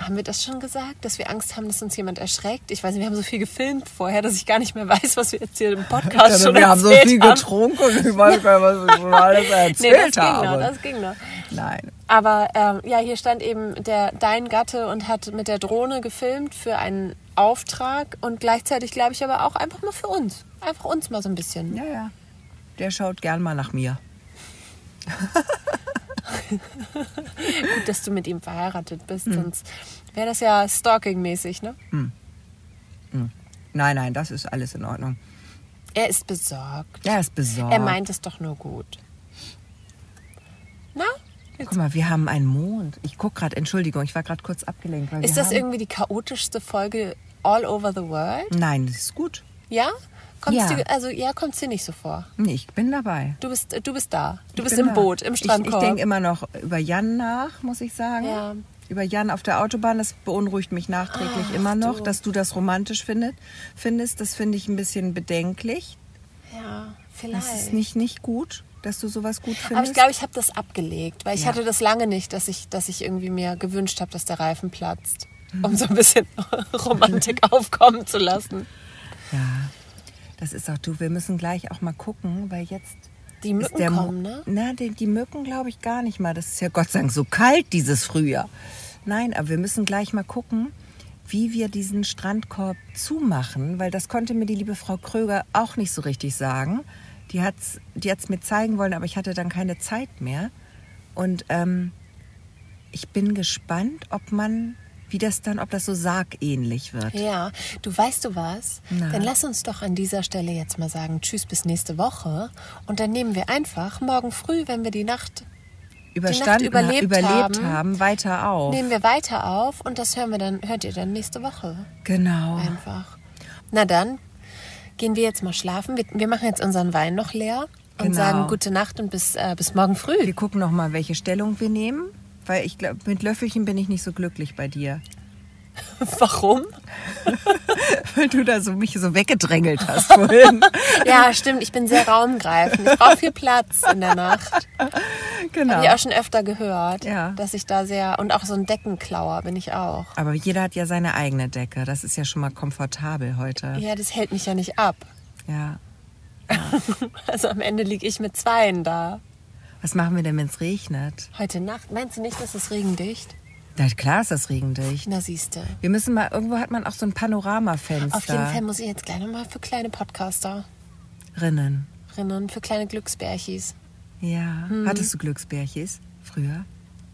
Speaker 2: haben wir das schon gesagt, dass wir Angst haben, dass uns jemand erschreckt? Ich weiß nicht, wir haben so viel gefilmt vorher, dass ich gar nicht mehr weiß, was wir jetzt hier im Podcast schon
Speaker 1: wir haben so
Speaker 2: erzählt
Speaker 1: viel getrunken, ich weiß gar nicht, was wir schon alles
Speaker 2: Nee,
Speaker 1: erzählt
Speaker 2: das ging noch,
Speaker 1: haben.
Speaker 2: das ging noch.
Speaker 1: Nein.
Speaker 2: Aber ähm, ja, hier stand eben der dein Gatte und hat mit der Drohne gefilmt für einen Auftrag und gleichzeitig glaube ich aber auch einfach mal für uns. Einfach uns mal so ein bisschen.
Speaker 1: Ja, ja. Der schaut gern mal nach mir.
Speaker 2: Gut, dass du mit ihm verheiratet bist, sonst wäre das ja stalking-mäßig, ne?
Speaker 1: Nein, nein, das ist alles in Ordnung.
Speaker 2: Er ist besorgt.
Speaker 1: Er ist besorgt.
Speaker 2: Er meint es doch nur gut. Na?
Speaker 1: Guck mal, wir haben einen Mond. Ich guck gerade, Entschuldigung, ich war gerade kurz abgelenkt. Weil
Speaker 2: Ist
Speaker 1: wir
Speaker 2: das
Speaker 1: haben...
Speaker 2: irgendwie die chaotischste Folge all over the world?
Speaker 1: Nein, das ist gut.
Speaker 2: Ja? Kommt's
Speaker 1: Ja.
Speaker 2: Dir, also ja, kommt's dir nicht so vor.
Speaker 1: Nee, ich bin dabei.
Speaker 2: Du bist, äh, du bist da. Du
Speaker 1: Ich
Speaker 2: bist
Speaker 1: bin
Speaker 2: im
Speaker 1: da.
Speaker 2: Boot, im
Speaker 1: Ich, ich
Speaker 2: Strandkorb.
Speaker 1: denke immer noch über Jan nach, muss ich sagen.
Speaker 2: Ja.
Speaker 1: Über Jan auf der Autobahn, das beunruhigt mich nachträglich immer noch, dass du das romantisch findet, findest. Das finde ich ein bisschen bedenklich.
Speaker 2: Ja, vielleicht.
Speaker 1: Das ist nicht, nicht gut. dass du sowas gut findest?
Speaker 2: Aber ich glaube, ich habe das abgelegt, weil ich
Speaker 1: Ja.
Speaker 2: hatte das lange nicht, dass ich, dass ich irgendwie mir gewünscht habe, dass der Reifen platzt,
Speaker 1: Mhm.
Speaker 2: um so ein bisschen Romantik aufkommen zu lassen.
Speaker 1: ja, das ist auch du. Wir müssen gleich auch mal gucken, weil jetzt
Speaker 2: Die Mücken
Speaker 1: ist der Mo-
Speaker 2: kommen, ne?
Speaker 1: Na, die, die Mücken glaube ich gar nicht mal. Das ist ja Gott sei Dank so kalt dieses Frühjahr. Nein, aber wir müssen gleich mal gucken, wie wir diesen Strandkorb zumachen, weil das konnte mir die liebe Frau Kröger auch nicht so richtig sagen. Die hat es die hat's mir zeigen wollen, aber ich hatte dann keine Zeit mehr. Und ähm, ich bin gespannt, ob man, wie das dann, ob das so sargähnlich wird.
Speaker 2: Ja, du weißt du was?
Speaker 1: Na?
Speaker 2: Dann lass uns doch an dieser Stelle jetzt mal sagen Tschüss bis nächste Woche und dann nehmen wir einfach morgen früh, wenn wir die Nacht
Speaker 1: Überstanden,
Speaker 2: überlebt
Speaker 1: überlebt
Speaker 2: haben.
Speaker 1: haben, weiter auf.
Speaker 2: nehmen wir weiter auf und das hören wir dann hört ihr dann nächste Woche.
Speaker 1: Genau.
Speaker 2: Einfach. Na dann, gehen wir jetzt mal schlafen. Wir, wir machen jetzt unseren Wein noch leer und
Speaker 1: Genau.
Speaker 2: sagen gute Nacht und bis, äh, bis morgen früh.
Speaker 1: Wir gucken noch mal, welche Stellung wir nehmen, weil ich glaube, mit Löffelchen bin ich nicht so glücklich bei dir,
Speaker 2: Warum?
Speaker 1: weil du da so mich so weggedrängelt hast vorhin.
Speaker 2: Ja, stimmt, ich bin sehr raumgreifend. Ich brauche viel Platz in der Nacht.
Speaker 1: genau.
Speaker 2: Habe ich auch schon öfter gehört,
Speaker 1: Ja.
Speaker 2: dass ich da sehr. Und auch so ein Deckenklauer bin ich auch.
Speaker 1: Aber jeder hat ja seine eigene Decke. Das ist ja schon mal komfortabel heute.
Speaker 2: Ja, das hält mich ja nicht ab.
Speaker 1: Ja.
Speaker 2: Also am Ende liege ich mit Zweien da.
Speaker 1: Was machen wir denn, wenn es regnet?
Speaker 2: Heute Nacht. Meinst du nicht, dass es regendicht?
Speaker 1: Na klar ist das regendicht.
Speaker 2: Na, siehste.
Speaker 1: Wir müssen mal, irgendwo hat man auch so ein Panoramafenster.
Speaker 2: Auf jeden Fall muss ich jetzt gleich nochmal für kleine Podcasterinnen,
Speaker 1: Rinnen.
Speaker 2: für kleine Glücksbärchis.
Speaker 1: Ja.
Speaker 2: Hm.
Speaker 1: Hattest du Glücksbärchis früher?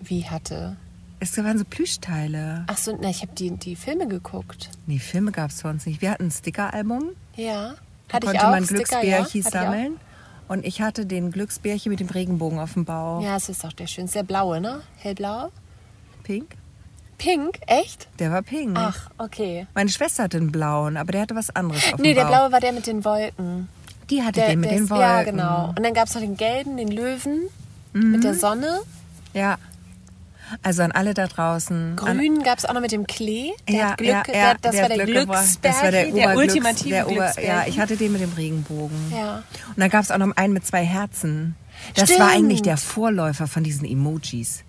Speaker 2: Wie hatte.
Speaker 1: Es waren so Plüschteile.
Speaker 2: Ach so, na, ich habe die, die Filme geguckt.
Speaker 1: Nee, Filme gab es für uns nicht. Wir hatten ein Stickeralbum.
Speaker 2: Ja.
Speaker 1: Da
Speaker 2: Hatte
Speaker 1: konnte
Speaker 2: ich auch.
Speaker 1: man
Speaker 2: Sticker,
Speaker 1: Glücksbärchen
Speaker 2: ja? Hatte ich auch.
Speaker 1: sammeln. Und ich hatte den Glücksbärchen mit dem Regenbogen auf dem Bauch.
Speaker 2: Ja, es ist auch der schönste. Der blaue, ne? Hellblau.
Speaker 1: Pink?
Speaker 2: Pink? Echt?
Speaker 1: Der war pink.
Speaker 2: Ach, okay.
Speaker 1: Meine Schwester hatte den blauen, aber der hatte was anderes auf
Speaker 2: Nee,
Speaker 1: dem
Speaker 2: der
Speaker 1: Bauch.
Speaker 2: blaue war der mit den Wolken.
Speaker 1: Die hatte
Speaker 2: Der,
Speaker 1: den mit
Speaker 2: der
Speaker 1: den
Speaker 2: ist-
Speaker 1: Wolken.
Speaker 2: Ja, genau. Und dann gab es noch den gelben, den Löwen mit
Speaker 1: Mhm.
Speaker 2: der Sonne.
Speaker 1: Ja. Also an alle da draußen. An,
Speaker 2: Grün gab es auch noch mit dem Klee. Der
Speaker 1: ja,
Speaker 2: hat Glück,
Speaker 1: ja,
Speaker 2: ge-
Speaker 1: ja,
Speaker 2: der, das,
Speaker 1: der
Speaker 2: war
Speaker 1: hat
Speaker 2: der
Speaker 1: Glück gebracht. Das war der,
Speaker 2: Glücksbärchen, der,
Speaker 1: Oberglücks-
Speaker 2: ultimative
Speaker 1: der Ober, Ja,
Speaker 2: Glücksbärchen.
Speaker 1: ich hatte den mit dem Regenbogen.
Speaker 2: Ja.
Speaker 1: Und dann gab es auch noch einen mit zwei Herzen. Das war
Speaker 2: Stimmt.
Speaker 1: eigentlich der Vorläufer von diesen Emojis.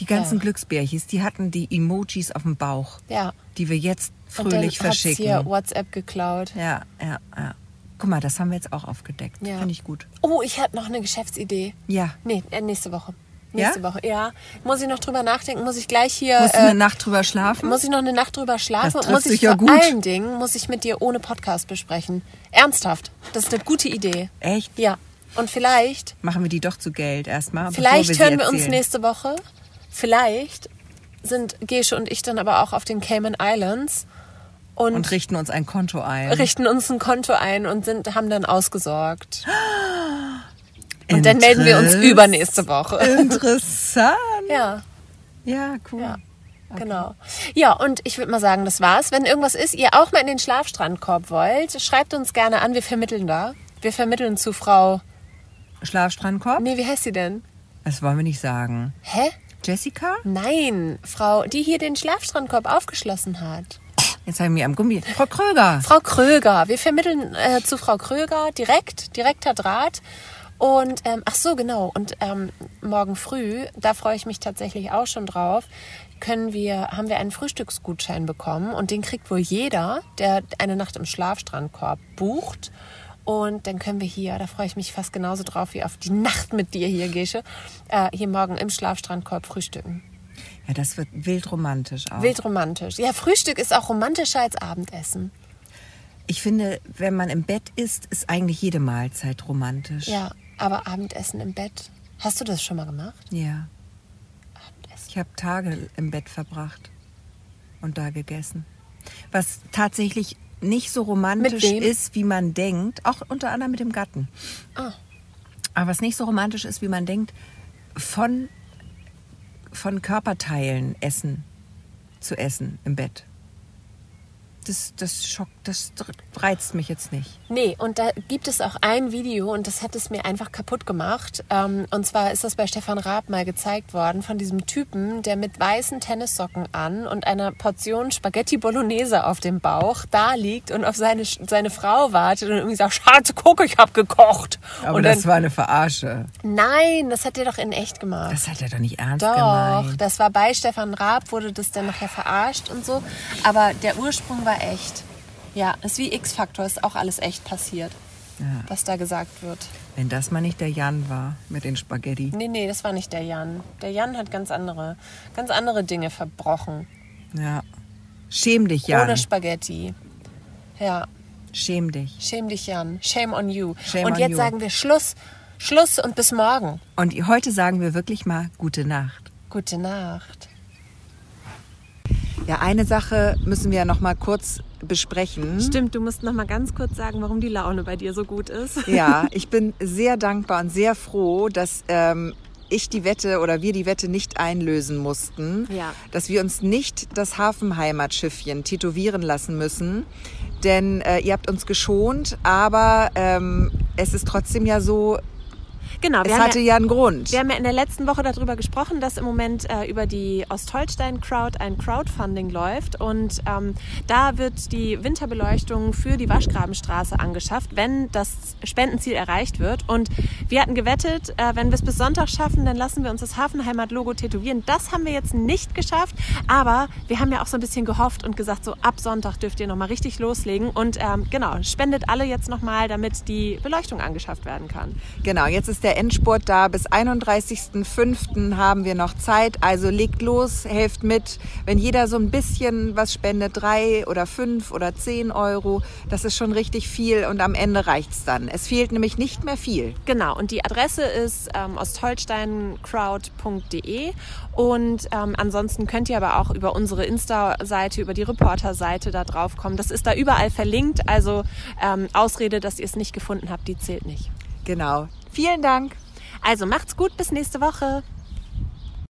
Speaker 1: Die ganzen Glücksbärchis, die hatten die Emojis auf dem Bauch.
Speaker 2: ja.
Speaker 1: die wir jetzt
Speaker 2: Und dann
Speaker 1: fröhlich
Speaker 2: hat's
Speaker 1: verschicken.
Speaker 2: hier WhatsApp geklaut.
Speaker 1: Ja, ja, ja. Guck mal, das haben wir jetzt auch aufgedeckt.
Speaker 2: Ja.
Speaker 1: Finde ich gut.
Speaker 2: Oh, ich habe noch eine Geschäftsidee.
Speaker 1: Ja.
Speaker 2: Nee, äh, nächste Woche.
Speaker 1: Ja?
Speaker 2: Nächste Woche, ja. Muss ich noch drüber nachdenken? Muss ich gleich hier.
Speaker 1: Musst du
Speaker 2: äh,
Speaker 1: eine Nacht drüber schlafen?
Speaker 2: Muss ich noch eine Nacht drüber
Speaker 1: Das
Speaker 2: schlafen? und
Speaker 1: trifft
Speaker 2: muss ich
Speaker 1: sich ja
Speaker 2: vor
Speaker 1: gut.
Speaker 2: allen Dingen muss ich mit dir ohne Podcast besprechen. Ernsthaft, das ist eine gute Idee.
Speaker 1: Echt?
Speaker 2: Ja. Und vielleicht,
Speaker 1: Machen wir die doch zu Geld erstmal.
Speaker 2: vielleicht
Speaker 1: bevor wir sie
Speaker 2: hören wir uns
Speaker 1: erzählen.
Speaker 2: nächste Woche. Vielleicht sind Gesche und ich dann aber auch auf den Cayman Islands und,
Speaker 1: Und richten uns ein Konto ein.
Speaker 2: richten uns ein Konto ein und sind haben dann ausgesorgt. Und dann melden wir uns
Speaker 1: Interess-
Speaker 2: übernächste Woche.
Speaker 1: Interessant.
Speaker 2: Ja.
Speaker 1: Ja, cool.
Speaker 2: Ja, Genau. Ja, und ich würde mal sagen, das war's. Wenn irgendwas ist, ihr auch mal in den Schlafstrandkorb wollt, schreibt uns gerne an. Wir vermitteln da. Wir vermitteln zu Frau.
Speaker 1: Schlafstrandkorb?
Speaker 2: Nee, wie heißt sie denn?
Speaker 1: Das wollen wir nicht sagen.
Speaker 2: Hä?
Speaker 1: Jessica?
Speaker 2: Nein, Frau, die hier den Schlafstrandkorb aufgeschlossen hat.
Speaker 1: Jetzt haben wir am Gummi. Frau Kröger.
Speaker 2: Frau Kröger. Wir vermitteln äh, zu Frau Kröger direkt, direkter Draht. Und ähm, ach so, genau. Und ähm, morgen früh, da freue ich mich tatsächlich auch schon drauf, können wir, haben wir einen Frühstücksgutschein bekommen und den kriegt wohl jeder, der eine Nacht im Schlafstrandkorb bucht. Und dann können wir hier, da freue ich mich fast genauso drauf wie auf die Nacht mit dir hier, Gesche, äh, hier morgen im Schlafstrandkorb frühstücken.
Speaker 1: Ja, das wird wild romantisch auch.
Speaker 2: Wild romantisch. Ja, Frühstück ist auch romantischer als Abendessen.
Speaker 1: Ich finde, wenn man im Bett ist, ist eigentlich jede Mahlzeit romantisch.
Speaker 2: Ja, aber Abendessen im Bett. Hast du das schon mal gemacht?
Speaker 1: Ja.
Speaker 2: Abendessen.
Speaker 1: Ich habe Tage im Bett verbracht und da gegessen. Was tatsächlich nicht so romantisch
Speaker 2: Mit wem?
Speaker 1: ist, wie man denkt, auch unter anderem mit dem Gatten.
Speaker 2: Ah.
Speaker 1: Aber was nicht so romantisch ist, wie man denkt, von, von Körperteilen essen zu essen im Bett. das, das schockt, das reizt mich jetzt nicht.
Speaker 2: Nee, und da gibt es auch ein Video und das hat es mir einfach kaputt gemacht. Ähm, und zwar ist das bei Stefan Raab mal gezeigt worden von diesem Typen, der mit weißen Tennissocken an und einer Portion Spaghetti Bolognese auf dem Bauch da liegt und auf seine, seine Frau wartet und irgendwie sagt, Schatz, guck, ich hab gekocht.
Speaker 1: Aber
Speaker 2: und
Speaker 1: das war eine Verarsche.
Speaker 2: Nein, das hat er doch in echt gemacht.
Speaker 1: Das hat er doch nicht ernst
Speaker 2: doch,
Speaker 1: gemeint.
Speaker 2: das war bei Stefan Raab, wurde das dann nachher verarscht und so. Aber der Ursprung war echt. Ja, ist wie X-Faktor, ist auch alles echt passiert,
Speaker 1: Ja.
Speaker 2: was da gesagt wird.
Speaker 1: Wenn das mal nicht der Jan war mit den Spaghetti.
Speaker 2: Nee, nee, das war nicht der Jan. Der Jan hat ganz andere, ganz andere Dinge verbrochen.
Speaker 1: Ja. Schäm dich, Jan.
Speaker 2: Oder Spaghetti. Ja,
Speaker 1: Schäm dich.
Speaker 2: schäm dich, Jan. Shame on you.
Speaker 1: Shame
Speaker 2: und
Speaker 1: on
Speaker 2: jetzt
Speaker 1: you.
Speaker 2: sagen wir Schluss, Schluss und bis morgen.
Speaker 1: Und heute sagen wir wirklich mal gute Nacht.
Speaker 2: Gute Nacht.
Speaker 1: Ja, eine Sache müssen wir ja noch mal kurz besprechen.
Speaker 2: Stimmt, du musst noch mal ganz kurz sagen, warum die Laune bei dir so gut ist.
Speaker 1: Ja, ich bin sehr dankbar und sehr froh, dass ähm, ich die Wette oder wir die Wette nicht einlösen mussten,
Speaker 2: Ja.
Speaker 1: dass wir uns nicht das Hafenheimatschiffchen tätowieren lassen müssen. Denn äh, ihr habt uns geschont, aber ähm, es ist trotzdem ja so,
Speaker 3: Genau, wir
Speaker 1: es
Speaker 3: haben,
Speaker 1: hatte
Speaker 3: ja,
Speaker 1: ja einen Grund.
Speaker 3: wir haben ja in der letzten Woche darüber gesprochen, dass im Moment äh, über die Ostholstein-Crowd ein Crowdfunding läuft und ähm, da wird die Winterbeleuchtung für die Waschgrabenstraße angeschafft, wenn das Spendenziel erreicht wird. Und wir hatten gewettet, äh, wenn wir es bis Sonntag schaffen, dann lassen wir uns das Hafenheimat-Logo tätowieren. Das haben wir jetzt nicht geschafft, aber wir haben ja auch so ein bisschen gehofft und gesagt, so ab Sonntag dürft ihr nochmal richtig loslegen. Und ähm, genau, spendet alle jetzt nochmal, damit die Beleuchtung angeschafft werden kann.
Speaker 1: Genau, jetzt ist der Endspurt da. Bis 31.05. haben wir noch Zeit. Also legt los, helft mit. Wenn jeder so ein bisschen was spendet, drei oder fünf oder zehn Euro, das ist schon richtig viel und am Ende reicht's dann. Es fehlt nämlich nicht mehr viel.
Speaker 3: Genau, und die Adresse ist ähm, ostholsteincrowd.de und ähm, ansonsten könnt ihr aber auch über unsere Insta-Seite, über die Reporter-Seite da drauf kommen. Das ist da überall verlinkt, also ähm, Ausrede, dass ihr es nicht gefunden habt, die zählt nicht.
Speaker 1: Genau. Vielen Dank.
Speaker 3: Also macht's gut, bis nächste Woche.